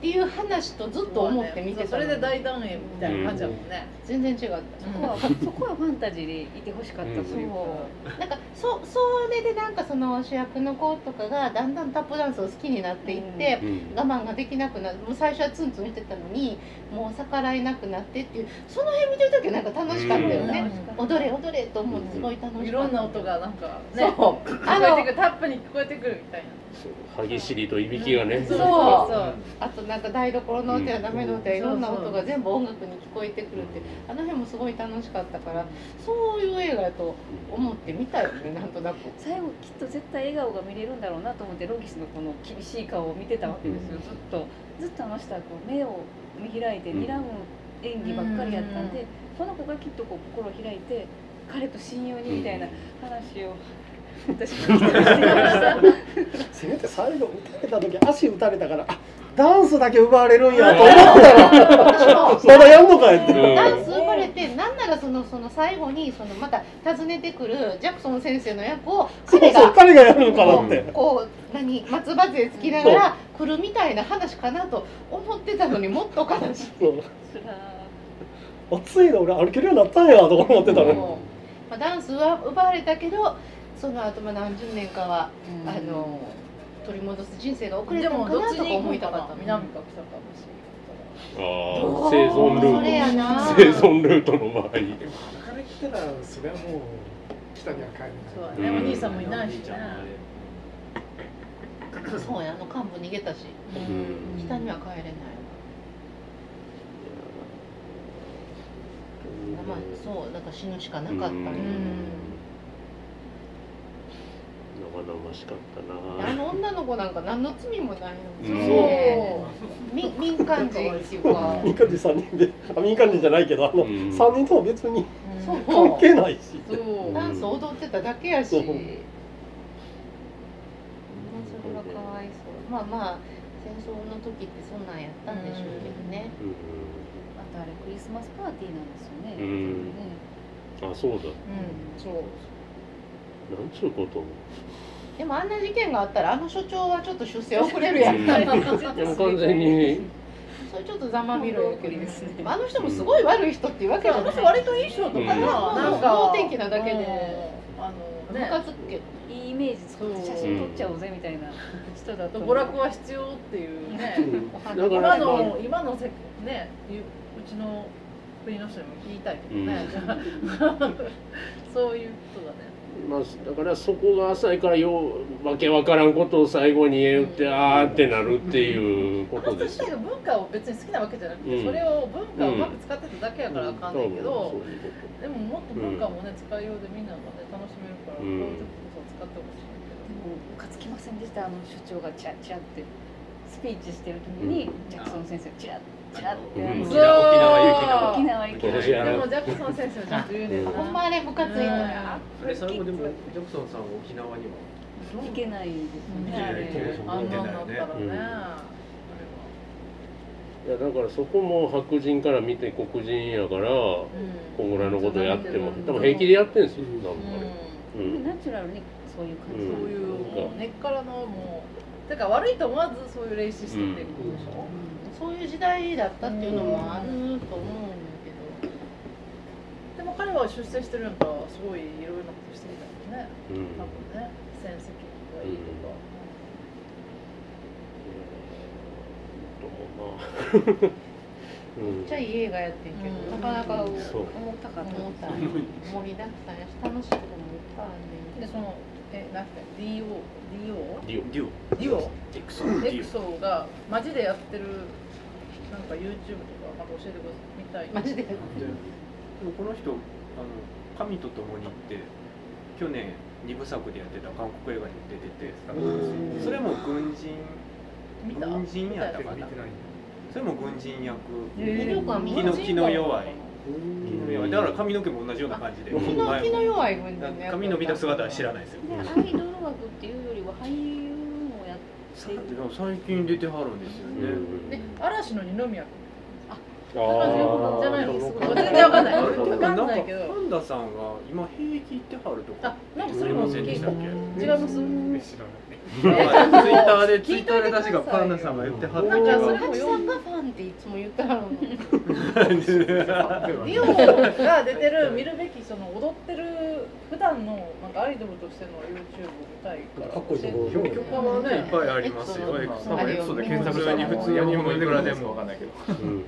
F: っていう話とずっと思って見てた
B: そ
F: の
B: れで大団円みたいな感じだもんね
F: 全然違った。
H: そこは そこはファンタジーでいてほしかったというか、
F: そうなんかそそれでなんかその主役の子とかがだんだんタップダンスを好きになっていって、
A: うん
F: 我慢ができなくなるもう最初はツンツンしてたのにもう逆らえなくなってっていうその辺見てる時はなんか楽しかったよね、踊れ踊れと思うすごい楽しかった
B: いろんな音がなんか
F: そう
B: ね聞こえてくるタップに聞こえてくるみたいな
A: 歯ぎしりといびきがね、
F: そう
B: そう
F: あとなんか台所の音やダメの音やいろんな音が全部音楽に聞こえてくるってあの辺もすごい楽しかったからそういう映画やと思って見たよねなんとなく。
H: 最後きっと絶対笑顔が見れるんだろうなと思ってロギスのこの厳しい顔を見てたわけですよずっとずっとあの人はこう目を見開いて睨む演技ばっかりやったんでこの子がきっとこう心を開いて彼と親友にみたいな話を私もしてました
D: せめて最後打たれた時足打たれたからあダンスだけ奪われるんやと思ったらまだやんのかいって
A: うん
F: ダンス生まれてなんならそのその最後にそのまた訪ねてくるジャクソン先生の役を
D: そう
F: 彼
D: そう
F: が
D: 彼がやるのかなって、
F: こう何松葉杖つきながら来るみたいな話かなと思ってたのにもっと悲しい。
D: うん
H: つらー
D: あついの俺歩けるようになったんやとか思ってたのに
F: もうまあ、ダンスは奪われたけどその後まあ何十年かは、あの取り戻す人生が遅れ
B: で
F: たの
B: も
F: か
B: どっ
F: な
B: ち
F: とか
B: に行
F: 思
B: く
F: い
B: んか
F: たかっ
B: な
F: た
B: 南か北かもしれ
A: あー生存ル
F: それや
A: ー
F: な
A: ト 生存ルートの場合
I: でもあから来たらそれはもう北には帰れない
B: そうだ
A: ねお兄さ
B: んもいないしね
F: そうやあの幹部逃げたし
A: うん
F: 北には帰れない、まあ、そうだから死ぬしかなかった
A: うん
F: ね
A: 生々しかったな
F: あの女の子なんか何の罪もないの
A: うん
B: ない
A: そう
F: ね民民間人っていうか
D: 民間人3人で あ民間人じゃないけどあの、
A: うん
D: 3人とも別に
B: そう
F: そう
D: 関係ないし
B: そう
F: ダンス踊ってただけやし、
D: そう
F: それはかわいそうまあまあ戦争の時ってそんなんやったんでしょうけどね、
A: う
H: あとあれクリスマスパーティーなんですよね。
A: うん
H: ね
A: んあそうだ
B: うんそう
A: なんちゅうこと
F: でもあんな事件があったらあの所長はちょっと出世遅れるやん、
A: うん
F: そ
A: でも完全に
F: れちょっとざまみろやけど、
H: 本当にですね
F: あの人もすごい悪い人っていうわけじゃない
B: 私割といい人だったから
A: うん
B: なんか
F: 好天気なだけで
B: うんあの
F: ム
B: ね
F: カつくけど
H: いいイメージ作って写真撮っちゃおうぜみたいな人だと思う。
B: 娯楽は必要っていう
D: う
B: ね
D: ん
A: だか
B: 今
A: ら
B: の今のせねゆうちの国の人にも聞いたいけどね、そういうことだね
A: まあ、だからそこが浅いからようわけわからんことを最後に言ってあーってなるっていうこ
B: あの
A: と
B: 人
A: です
B: 自
A: よ
B: 体が文化を別に好きなわけじゃなくて、
A: うん
B: それを文化をうまく使ってただけやからあかんねんけ
A: 多
B: ど
A: 分、そういうこと
B: でももっと文化もね使いようでみんながね楽しめるから、
A: うん
B: こういう時こそ使ってほしいけど
H: で。もムカつきませんでしたあの所長がチラチラってスピーチしてる時に、
A: う
H: ジャクソン先生がチラチラってあ
A: うん
H: の
A: そう
H: 沖縄
B: あ
H: 沖縄行き
A: 今年や
B: で
A: ら
B: もジャクソン先生はちゃんと言うねんな。
F: ほんまあれムカついのよ
C: あれ最後でもジャクソンさんは沖縄には
H: 行けないです
B: 行
H: ね
B: け
H: あ
B: ない
H: れ
C: 行けない
B: あんなんだったらね。
A: いやだからそこも白人から見て黒人やからこ
B: うん
A: んぐらいのことやっても
B: うん
A: 多分平気でやってんすよ
D: うん
A: なんかねう
H: うん
A: ん
H: ナチュラルにそういう感じ
B: そういうもう根っからのもうだから悪いと思わずそういうレイシストっていうことでしょ。
F: そういう時代だったっていうのもあると思うんだけど、
B: でも彼は出世してるんだからすごいいろいろなことしてきたよね。
A: うんうん
B: 多分ね戦績がいいとか。
A: うん
F: めっちゃいい映画やってんけど、
B: うん
F: なかなか思っ
A: そう
H: た
F: た
H: かった
F: 思った盛りだくさんやし楽しいこともいっぱいある
B: で
F: ね
B: そのえなんて D O D O
A: リオ
G: デュオ
B: D O
G: エクソ
B: エクソーがマジでやってるなんか YouTube とかなんか教えてくださいみたい
F: マジで
C: ででもこの人あの「神と共に」って去年二部作でやってた韓国映画に出ててそれも軍人
B: 見た
C: 軍人やったか
I: 見
C: な
I: てない
C: それも軍人役
F: え
B: え
F: 威力は見
B: ー
C: 気の気の弱い
D: うん
C: 気の弱いだから髪の毛も同じような感じで
A: うん
F: 気の気の弱い軍人
C: 前
F: の
C: 髪伸びた姿は知らないですよ
H: でアイドル枠っていうよりは俳優もやっている
C: 最近出てはるんですよ
A: うん
C: ね
B: で嵐の二宮
A: あ
B: じゃない
A: ー
B: の
A: そう
B: す
A: か
B: ごい全然わかんない
C: あれでも
B: わかんないけ
C: んか
B: ど
C: パンダさんが今兵役行ってはるとか
B: あなんかそれも
C: 言
B: 聞
C: いませんで
B: い
C: したたっ
B: 違います
I: 知らない
C: け
B: え
C: ツイッターでツ
B: 聞
C: イ
B: い
C: ッ
B: と
C: タ
B: いて
C: ー
B: くださ
C: で
B: い
C: 確
B: よ
C: かパンダさんが言ってはる
B: なんかそれ
F: ハチさんがファンっていつも言ったのに
B: リオが出てる見るべきその踊ってる普段のなんかアイドルとしての YouTube を見たいから
D: かっこいいとこ
B: 教えて
D: 評
B: くれる
C: いっぱいありますよ。
F: エ
C: エ
F: ク
C: ク
F: ソ
C: ソ
F: の
C: のエクソで検索したら普通に本物いくらでもわかんないけど。
A: うん
H: でもきっ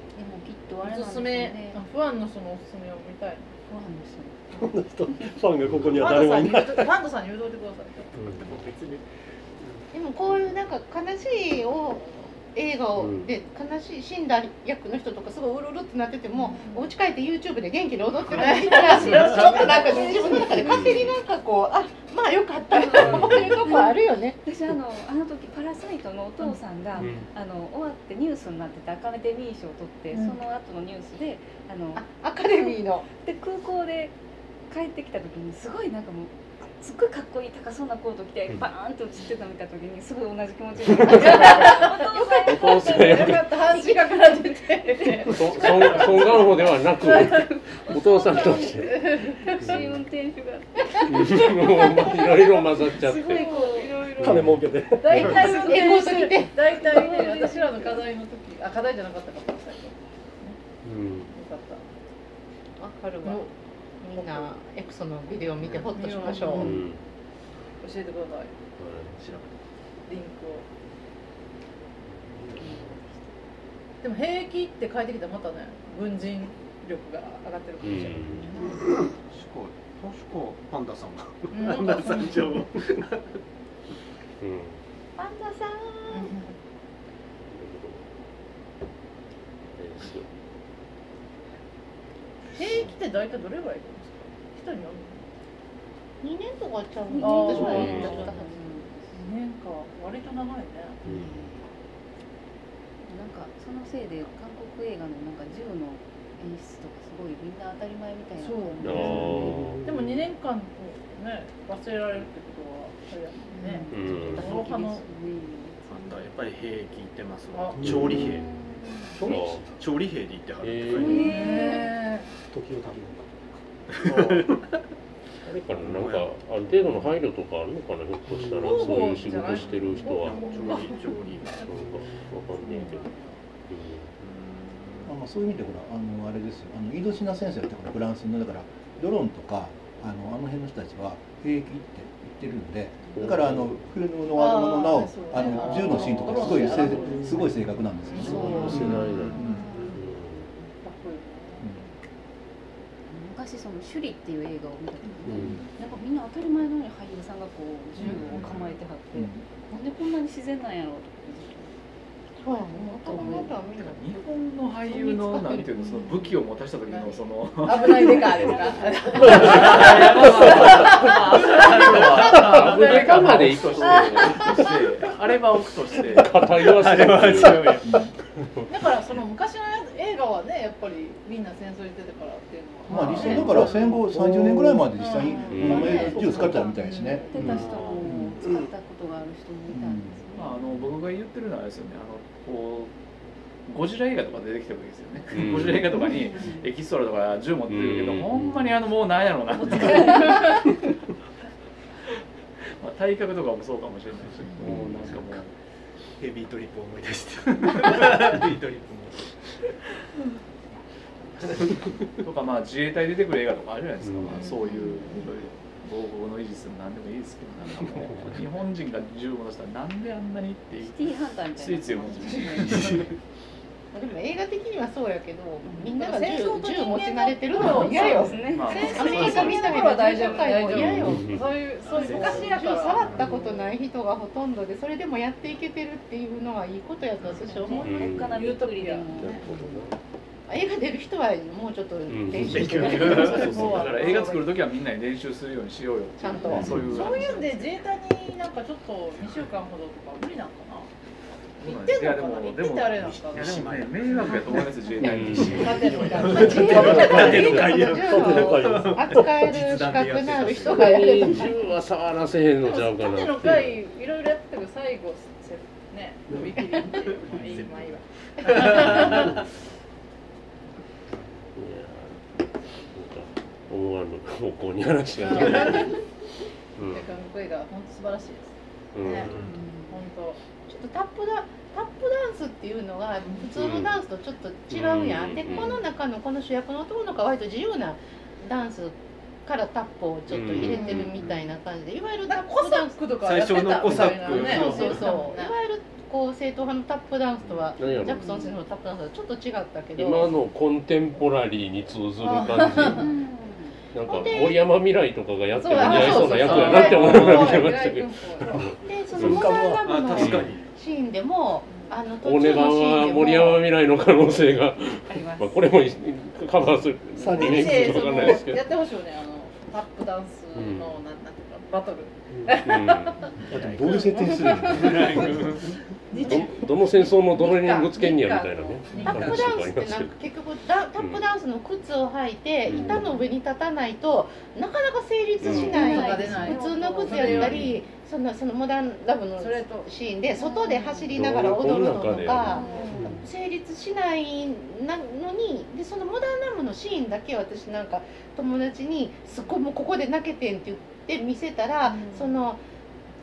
H: とあれなん
B: お
H: ですす
B: す
H: よ
B: め
H: ね
B: ファンの人のおすすめを見たい
H: ご飯ですよ
D: この人ファンがここに
B: フ
D: は
B: ァ
D: 誰
B: ンド
D: も
B: さんに言
D: いない
B: うとファンドさんに誘導してください
I: 別に
F: でもこういうなんか悲しいを映画を
A: うん
F: で悲しい死んだ役の人とかすごいうるうるってなってても、お家帰って YouTube で元気に踊って ないからちょっとなんか自分の中で勝手になんかこうあまあよかったと思うとこあるよね。
H: 私あのあの時パラサイトのお父さんが、
C: うん
H: あの終わってニュースになっててアカデミー賞を取って、
F: うん
H: その後のニュースであの
F: あアカデミーの
H: で空港で帰ってきた時にすごいなんかもうすっごいかっこいい高そうなコート着て
A: うん
H: バーンって落ちてたの見た時にすごい同じ気持ちになった。よか
A: お父さんよ
H: よかった半地がから出て。
A: そソンソンガンホではなくお父さんとして
H: タクシー運転手が
A: うんいろいろ混ざっちゃっ
H: すごい
A: て
H: こういろいろ。
D: 金儲けて
B: 大体運転
F: エコーと
B: し
F: 来
B: て
F: て
B: 大体ね私らの課題の時あ課題じゃなかったかもしれないよ
A: うん
B: かったわかるわ
F: もうみんなエクソのビデオ見てホッとしましょ
A: う
F: う。
A: ん
B: 教
A: 知ら
B: えてください
A: ん
B: リンクをでも兵役って帰ってきたらまたね軍人力が上がってるか
A: う
B: もしれない、
A: ん
C: 確かパンダさんが
B: うん
C: パンダさん情報
A: うん
F: パンダさん。
A: ですよ
B: 兵役って大体どれぐらいいるんですか一人に
F: 二年とかちゃう
H: うん
F: の。私も
A: うん
F: 行ったことある
B: 2年か割と長いね
A: うん
H: なんかそのせいで韓国映画のなんか銃の演出とかすごいみんな当たり前みたいな。
B: そう
A: あ
B: ね
A: ー
B: でも2年間ね忘れられるってことはあれやもん
A: う
B: ね、
A: ん
H: ちょっと反撃です
C: パンダやっぱり兵役行ってます
B: わ
C: わ
A: あ
C: 調理
A: うん
C: 兵
A: あー
C: 調理兵で行ってはる
A: え
C: って書いてある
A: ー
B: へ
D: 時を旅の
A: あれかななんかある程度の配慮とかあるのかなひょっとしたら
B: うん
A: そういう仕事してる人はなんか
C: 調理調理
A: わかんねえけど、
G: あまあそういう意味でほらあのあれですよあの井戸品先生ってほらフランスのだからドローンとかあのあの辺の人たちは兵役って言ってるのでだからあの冬の終わり物なお
B: あーそうね
G: あの銃のシーンとかすごい
B: あ
G: せ
B: ー
G: すごい正確なんですよね。
B: そう
A: うん、
B: 知
A: し
B: ら
A: ないな、
H: 昔その「首里」っていう映画を見た時
A: う
H: に、
A: ん
H: なんかみんな当たり前のように俳優さんがこう銃を構えてはっ
G: う
H: て、
G: ん
H: なんでこんなに自然なんやろうと
F: そうやね。男の人はみんな。
E: 日本の俳優のなんていうのその武器を持たした時のその
B: ー危ないデカーですか
E: あ
A: 危ないかまで行く
E: としてあれは置くとして
A: 肩言わせるっていう
E: 強い
B: だからその昔のやつ映画はねやっぱりみんな戦争に出てからっていうのは
G: まあ理想だから戦後30年ぐらいまで実際に
A: うん
G: この前銃使ってたみたいですね。
H: 思ってた人も使ったことがある人もいたんですよね、
E: まああの僕が言ってるのはあれですよねあのこうゴジラ映画とか出てきた時ですよね、
A: うん
E: ゴジラ映画とかにエキストラとか銃持ってるけど、
A: うん
E: ほんまにあのもうなんやろうな っていう、まあ、体格とかもそうかもしれないし、もうなんかもう
C: ヘビートリップ思い出したヘビートリップも
E: とかまあ自衛隊出てくる映画とかあるじゃないですか、
A: うん
E: まあ、そういう防護の維持するの何でもいいですけどなんかもう日本人が銃持たせたらなんであんなにっていう
H: シティハンターみたいな
E: シティ強いもん
F: でも映画的にはそうやけど、みん
B: だ
F: な
B: から
F: が
B: 戦
F: 銃
B: 争と人
F: 銃持ち
B: 間
F: 慣れてるの
B: の
F: は嫌よ。
H: そうですね、
E: まあ
F: 戦
B: ア
F: 争
B: メリ
F: に
B: カ
F: 行か
B: 見
F: み
B: た
F: た
B: 目
F: 目
B: は大
F: の大
B: 丈
F: 丈
B: 夫
F: 夫
B: 大
F: 大
B: 丈夫
F: 丈夫
B: 嫌よ
A: うん
B: そういうそういう昔やか
F: 銃
B: ら
F: 触ったことない人がほとんどでそれでもやっていけてるっていうのはいいことやと私は思う、
H: ほのかなびっくりでも、
A: なるほど
F: 映画出る人はもうちょっと練習
A: 勉
F: して
A: 強
F: ね
A: し
E: だ
A: そうそうそう
E: から映画作る時はみんなに練習するようにしようよっていう
F: ちゃんと
E: そういう
B: そういうんで自衛隊になんかちょっと2週間ほどとか無理なんかな
E: 言
B: 行ってんのかな行っててあれなんかな
E: でもね迷惑やと思います自衛隊に
B: なんていうのかな
F: 自由だから銃
D: 会
F: を扱える資格のある人がやれば
A: な銃は触らせへん
B: で
A: の
B: も
A: ちゃうかな
B: 縦の
A: っていう
B: 回いろいろやってたけど最後せね伸びきりっていうまあいいまあいいわ
A: いやーなんか思わぬ方向に話が出ない。うん
B: いや韓国映画は本当素晴らしいです
A: うん
B: ね本当
F: ちょっとタップダタップダンスっていうのが普通のダンスとちょっと違うやん、
A: うん
F: で
A: うん
F: この中のこの主役の男の子は割と自由なダンスからタップをちょっと入れてるみたいな感じでいわゆるタ
B: なん
F: ッ
B: か
F: プ
B: コ
F: ダ
B: サ
F: ン
B: ッ
F: ス
B: クとかやってたみたいなね
F: そ
C: 最初のコ
F: う
C: サック
F: そうそうい
B: ね
F: わゆるこう正統派のタップダンスとはジ
A: 何やろ
F: ャクソン先生のタップダンスとはちょっと違ったけど
A: 今のコンテンポラリーに通ずる感じ
H: うん
A: なんか森山未来とかがやっても似合 いそうな役やなって思ってましたけど
F: でそのモダンラブのシーンでもあの
A: 大根版は森山未来の可能性がまあこれもカバーするリメイクするとかわかんないですけど
B: やってほしいよねあのタップダンスの、なんなんていうかバトル
G: ってどういう設定する の
A: どどの戦争もどのリングつけんにやみたいなね
F: タップダンスってなんか結局ダタップダンスの靴を履いて
A: うん
F: 板の上に立たないとなかなか成立しないです、
B: うん
F: 普通の靴やったりそのそのモダンラブの
B: それと
F: シーンで外で走りながら踊るのとか成立しないなのにでそのモダンラブのシーンだけ私なんか友達に「すっごいもうここで泣けてん」って言って見せたら、
B: うん
F: その。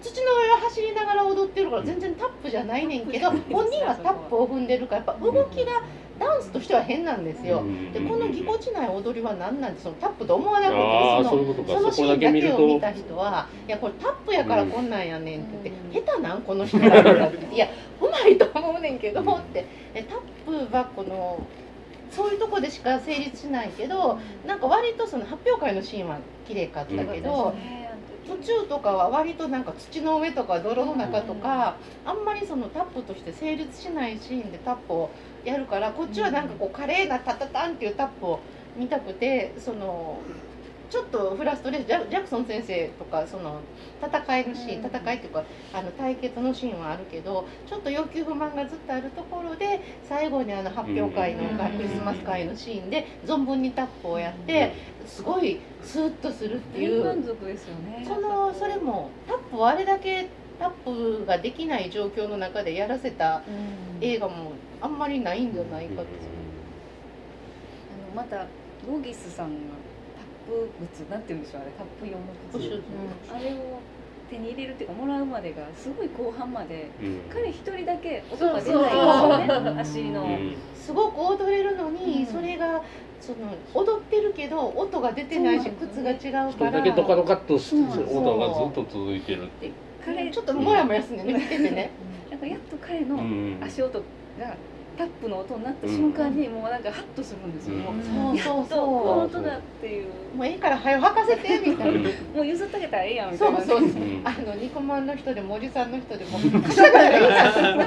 F: 土の上を走りながら踊ってるから全然タップじゃないねんけど本人はタップを踏んでるからやっぱ動きがダンスとしては変なんですよ。でこのぎこちない踊りは何なんてそのタップと思わなく
A: ああ
F: て
A: そういうこと
F: その
A: か
F: そ
A: そこ
F: のシー
A: だ
F: ン
A: け
F: だ
A: 見
F: け
A: る
F: を見
A: と
F: た人は「いやこれタップやからこんなんやねん」って言って「下手なんこの人ら」とかって「いやうまいと思うねんけど」ってえタップはこのそういうとこでしか成立しないけどなんか割とその発表会のシーンは綺麗かったけど。途中とかは割となんか土の上とか泥の中とか、あんまりそのタップとして成立しないシーンでタップをやるからこっちはなんかこう華麗なタタタンっていうタップを見たくてそのちょっとフラストレーションジャジャクソン先生とかその戦いのシーン戦いっていうかあの対決のシーンはあるけどちょっと要求不満がずっとあるところで最後にあの発表会の
B: うん
F: クリスマス会のシーンで存分にタップをやってすごいスーッとするっていう。
H: 満足ですよね
F: そのそれもタップをあれだけタップができない状況の中でやらせた映画もあんまりないんじゃないかと、
H: あのまたゴギスさんがタップ靴なんて言うんでしょうあれタップ用の
F: う
H: 靴、
F: ん
H: あれを手に入れるっていうかもらうまでがすごい後半まで彼一人だけ音が出ないんですよね足の、
F: すごく踊れるのに、
H: うん
F: それがその踊ってるけど音が出てないし
H: そうなんです
F: 靴
H: よ
F: が違う
A: そ
F: か
A: れだ
F: ら
A: けドカドカっとし
H: そうそう
A: 音がずっと続いてるっていう
H: 彼
F: ちょっともやもやすんでね見ててね
H: なんかやっと彼の
A: うん
H: 足音がタップの音になった瞬間にもうなんかハッとするんですよ、
A: うん
H: もう
F: そうそう
H: そうこの
F: そ
H: 音だっていう
F: うもうええから早よ吐かせてみたいな。
H: もう譲ってあげたらええやんみた
F: そ
H: いな
F: うそうそう
A: うん
F: あのニコマンの人でもおじさんの人で も
B: でも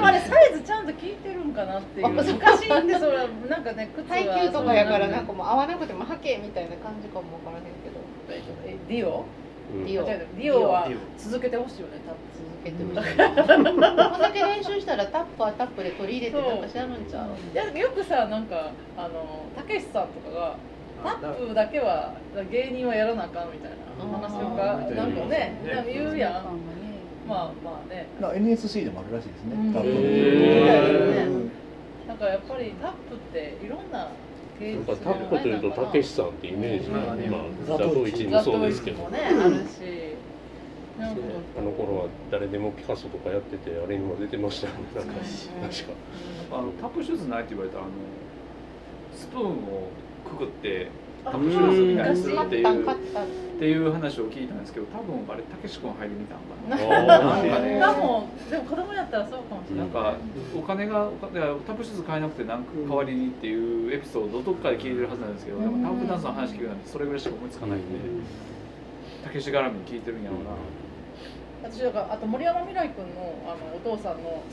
B: あれサイズちゃんと聞いてるんかなっていう
F: あそう
B: 難しいんでそれはなんかね靴は
F: 耐久とかやからなんかもう合わなくてもはけみたいな感じかもわからへんけど
B: えディオ
A: うん
F: ディオ
B: 間違えたディオは続けてほしいよね多分
F: 続けて ほしいこんだけ練習したらタップはタップで取り入れてなんかしゃるんちゃう
B: いやよくさなんかあのたけしさんとかがタップだけは芸人はやらなあかんみたいな話とか
C: あー
B: なんかね
C: ね
B: なんか言うやんまあまあね
G: な NSC でもあるらしいですね
B: うん
G: 多分
A: へ
B: ーなんかやっぱりタップっていろんな芸
A: なん
B: 術
A: かタップというとたけしさんってイメージが今
G: ザ
A: ザ
G: ト
A: ト
G: ウ
A: ウイ
G: イチ
A: チ
B: ん
A: もそうですけど
B: もねあるしなんか
A: あの頃は誰でもピカソとかやっててあれにも出てましたよねなんか確か
E: あのタップシューズないって言われたらあのスプーンをくぐってタップシューズみたいにする
F: 勝
E: っ
F: って
E: い
F: たん
E: う
F: 勝ったん
E: っていう話を聞いたんですけど多分あれたけし君入りにたんか
A: あ
E: な
A: ー
B: かもでも子供やったらそうかもしれな
E: ないんかお金がお金がタップシューズ買えなくてなんか代わりにっていうエピソードどっかで聞いてるはずなんですけどでもタップダンスの話聞くなんてそれぐらいしか思いつかないんでたけし絡みに聞いてるんやろうな
B: 私だからあと森山未来君のあのお父さんの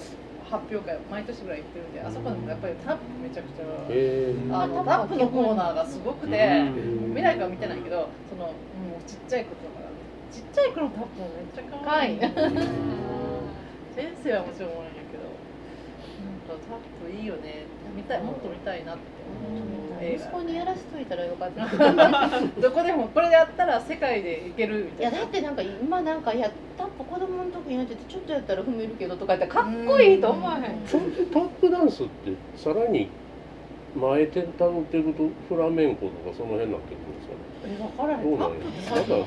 B: 発表会毎年ぐらい行ってるんであそこでもやっぱりタップめちゃくちゃ
A: へ
B: あのタップのコーナーがすごくて
A: え
B: 未来君は見てないけどそのもうちっちゃい子とかがちっちゃい子のタップもめっちゃ可愛い
F: 可愛い
B: 先生はもちろんおらんやけどなんかタップいいよね見たいもっと見たいなって思う映
F: 息子にやらせといたらよかった
B: 画どこでもこれやったら世界でいけるみ
F: い
B: た
F: や
B: いな
F: だってなんか今なんかいやタップ子供の時にやっててちょっとやったら踏めるけどとか言ってかっこいいと思わへん
A: それでタップダンスってさらに前転たのってるとフラメンコとかその辺になってくるんですかね
B: え分からへ
A: ど
B: ん
A: う
B: タ
A: な
B: ッ
A: ん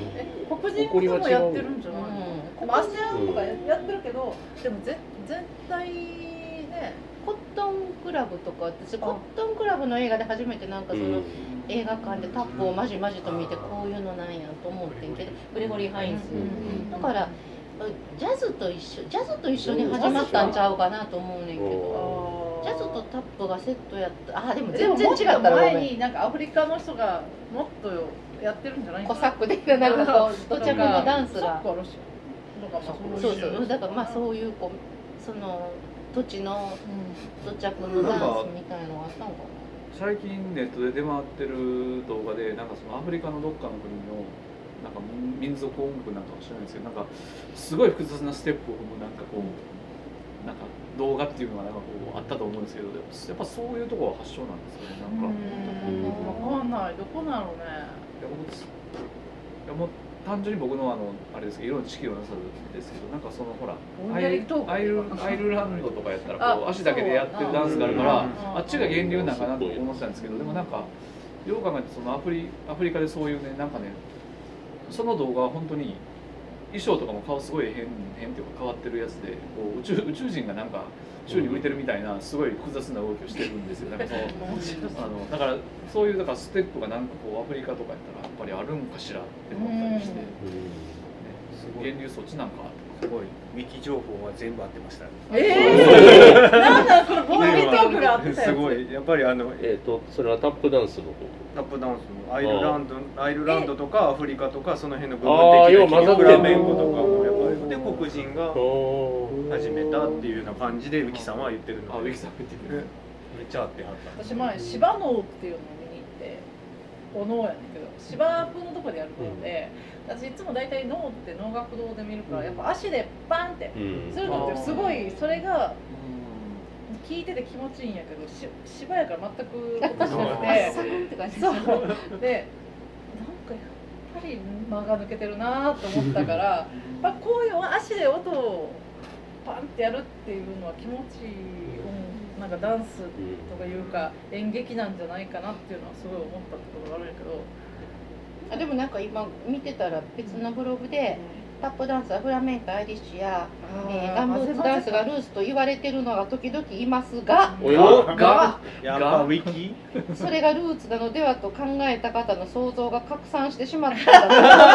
B: プって
A: や
B: 最
A: なんか
B: 近え黒人ともやってるんじゃないの
F: う
B: で
F: ん
B: もアジアンとかやってるけど、でもぜ絶対ね
F: コットンクラブとか私コットンクラブの映画で初めてなんかその映画館でタップをまじまじと見てこういうのなんやと思ってんけどグレゴリー・ハインズだからジャズと一緒ジャズと一緒に始まったんちゃうかなと思うね
A: う
F: んけ
A: ん
F: ど
B: あ
F: ジャズとタップがセットやったあでも
B: でも
F: 全然
B: も
F: 違
B: っ
F: っ
B: と
F: たらごめ
B: 前
F: ん
B: になんかアフリカの人がもっとやってるんじゃない
F: コ
B: か
F: サック的な
B: な
F: な んかこう土着のダンス
B: サッ
F: が
B: カーロシアとかも
F: そうそうだからまあ
B: う
F: そういうこうその土地の土着のダンスみたいのがあったのか
E: 最近ネットで出回ってる動画でなんかそのアフリカのどっかの国のなんか民族音楽なんかは知らないんですけどなんかすごい複雑なステップを踏むなんかこうなんか動画っていうのがなんかこうあったと思うんですけどやっぱそういうところは発祥なんですよねなんか。
B: わかんないどこなのね
E: いや僕ついやもう単純に僕のあのあれですけど色の知識のなさですけどなんかそのほら
B: ぼん
E: ア
B: やり
E: イ
B: トー
E: ル
B: ク
E: アイルアイルランドとかやったらこう
B: あ
E: 足だけでやってるダンスがあるから
A: そう
B: だな
E: あっちが源流なんかなと思ってたんですけどでもなんかよう考えてそのアフリアフリカでそういうねなんかねその動画は本当に衣装とかも顔すごい変変っていうか変わってるやつでこう宇宙宇宙人がなんか宙に浮いてるみたいなすごい複雑な動きをしてるんですよなんかその
B: 面白そ
E: あのだからそういうだからステップがなんかこうアフリカとかやったらやっぱりあるんかしらって思ったりして、ね、
C: すごい
E: 源流そっちなんか
C: すごいウィキ情報は全部合ってました
B: うええなんだこれボーイトークがあってたやつ
C: すごいやっぱりあの
A: えっとそれはタップダンスの方
C: タップダンスもアイルランドアイルランドとかアフリカとかその辺の部
A: あー
C: 分的
A: よう
C: な
A: 混ざって
C: フ
A: る
C: ラメンコとかもやっぱりで黒人が
A: おー
C: 始めたっていうような感じでウィキさんは言ってるの
E: あウ
C: で
E: ィキさん見て
C: ね
E: る
C: めっちゃ合ってはった
B: 私前芝能っていうのを見に行ってお能やねんけど芝生のとこでやることで、私いつも大体能って能楽堂で見るからやっぱ足でバンって
A: うん
B: するのってすごいそれが聞いてて気持ちいいんやけどし芝やから全く音しなく て
H: サクンって感じです
B: そ
H: よ
B: うでなん
H: ね
B: かやっぱり間が抜けてるなと思ったからやっぱこういう足で音をパンってやるっていうのは気持ちいい、うんなんかダンスとかいうか演劇なんじゃないかなっていうのはすごい思ったところがあるんやけど、
F: なあでもなんか今見てたら別のブログでタップダンスはフラメンコアイリッシュや、えーガンブーツダンスがルースと言われてるのが時々いますが
A: およ
E: が
C: やっぱウィキ
F: それがルーツなのではと考えた方の想像が拡散してしまった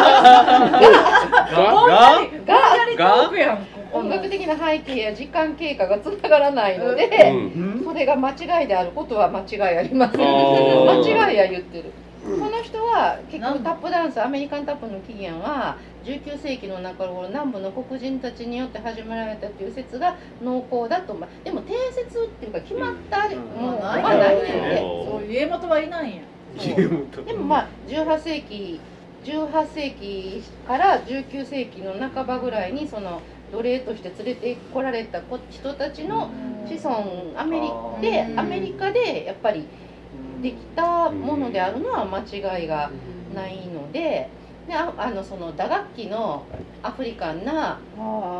B: ぼんやりぼんや
F: のでが
B: りト
C: が
B: ークやんここ
F: 音
B: の
F: 楽的な背景や時間経過がつながらないので、
A: うん
F: それが間違いであることは間違いありません
A: あー
F: 間違いや言ってるこの人は結局タップダンスアメリカンタップの起源は19世紀の中頃南部の黒人たちによって始められたという説が濃厚だとまあでも定説っていうか決まった
C: うん
F: もの
B: ま
F: は
B: あ
F: な
B: ないいよ
F: の
B: ね
F: で
B: そういう家元はいないんや
F: そうでもまあ18世紀18世紀から19世紀の半ばぐらいにその奴隷として連れてこられた子人たちの子孫アメリカで
B: うん
F: アメリカでやっぱりできたものであるのは間違いがないのででああのその打楽器のアフリカンな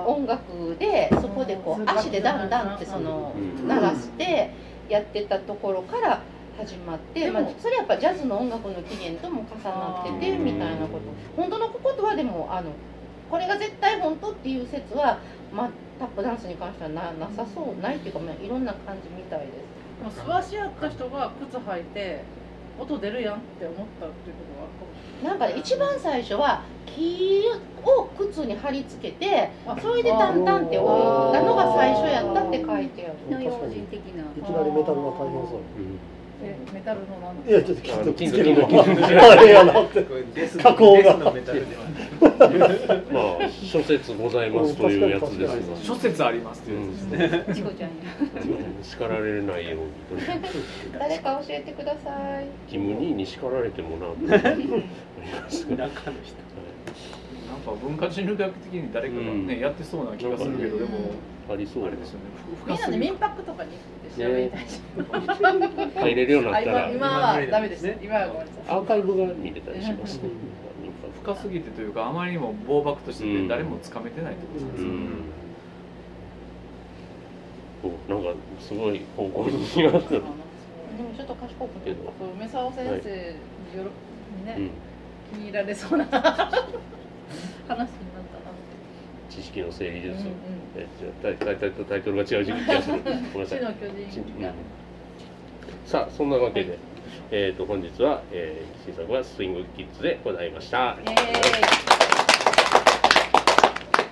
F: 音楽でそこでこ
B: う
F: うん足でダンダンってその
A: うん
F: 鳴らしてやってたところから始まって、
B: で
F: ま
B: も
F: あ、それやっぱジャズの音楽の起源とも重なってて
A: あー
F: みたいなこと本当のことはでもあのこれが絶対本当っていう説は、まあ、タップダンスに関してはななさそうないっていうか、まあ、いろんな感じみたいです。
B: まあ素足やった人が靴履いて音出るやんって思ったっていうことは
F: なんかね一番最初は木を靴に貼り付けて
B: あ
F: それでタンタンって踊ったのが最初やったって書いてある。
H: の用心的ない
D: きなりメタルは大変そう
B: えメタルのなん
D: いやちょっと
A: 金
D: 金属つ
A: 属
D: ける
A: 金
D: の
A: 属金
D: あれやなって
C: デス
D: 加工が
C: デスのメタルでは
A: まあ諸説ございますというやつですが
E: 諸説ありますっていうやつですね、
H: チコちゃんや
A: うん叱られないようにという
F: 誰か教えてください。
A: キム兄に叱られてもなと思いますが
C: 中の人
E: なんか文化人類学的に誰かがね、
A: うん
E: やってそうな気がするけどでも、
A: ありそう
E: あれですよねふ
B: み
E: 深
B: んなです
E: ぎ
B: 民
E: る
B: 泊とかに行って調べたいし、
A: 入れるようにな
B: あ
A: った
B: 今
A: ら
B: 今はダメですね今はごめんなさ
A: ア
B: い
A: ーカイブが見れたりしますね
E: 深すぎてというかあまりにも暴漠としてて
A: うん
E: 誰もつかめてないってことなんで
A: う
E: すよ、
A: んおなんかすごい方向に気がする
F: でもちょっと賢く
A: け
F: て。
A: ど、
B: 梅沢先生によろにね、
A: うん、
B: 気に入られそうな話になったな
A: 知識の整理
B: うんう
A: 術、
B: ん
A: えじゃあタイタイタイトルが違う気がするごめんなさ
B: 死
A: い
B: の巨人が
A: さあそんなわけで、えー、と本日は、えー、新作はスイングキッズでございました。
B: イエーイ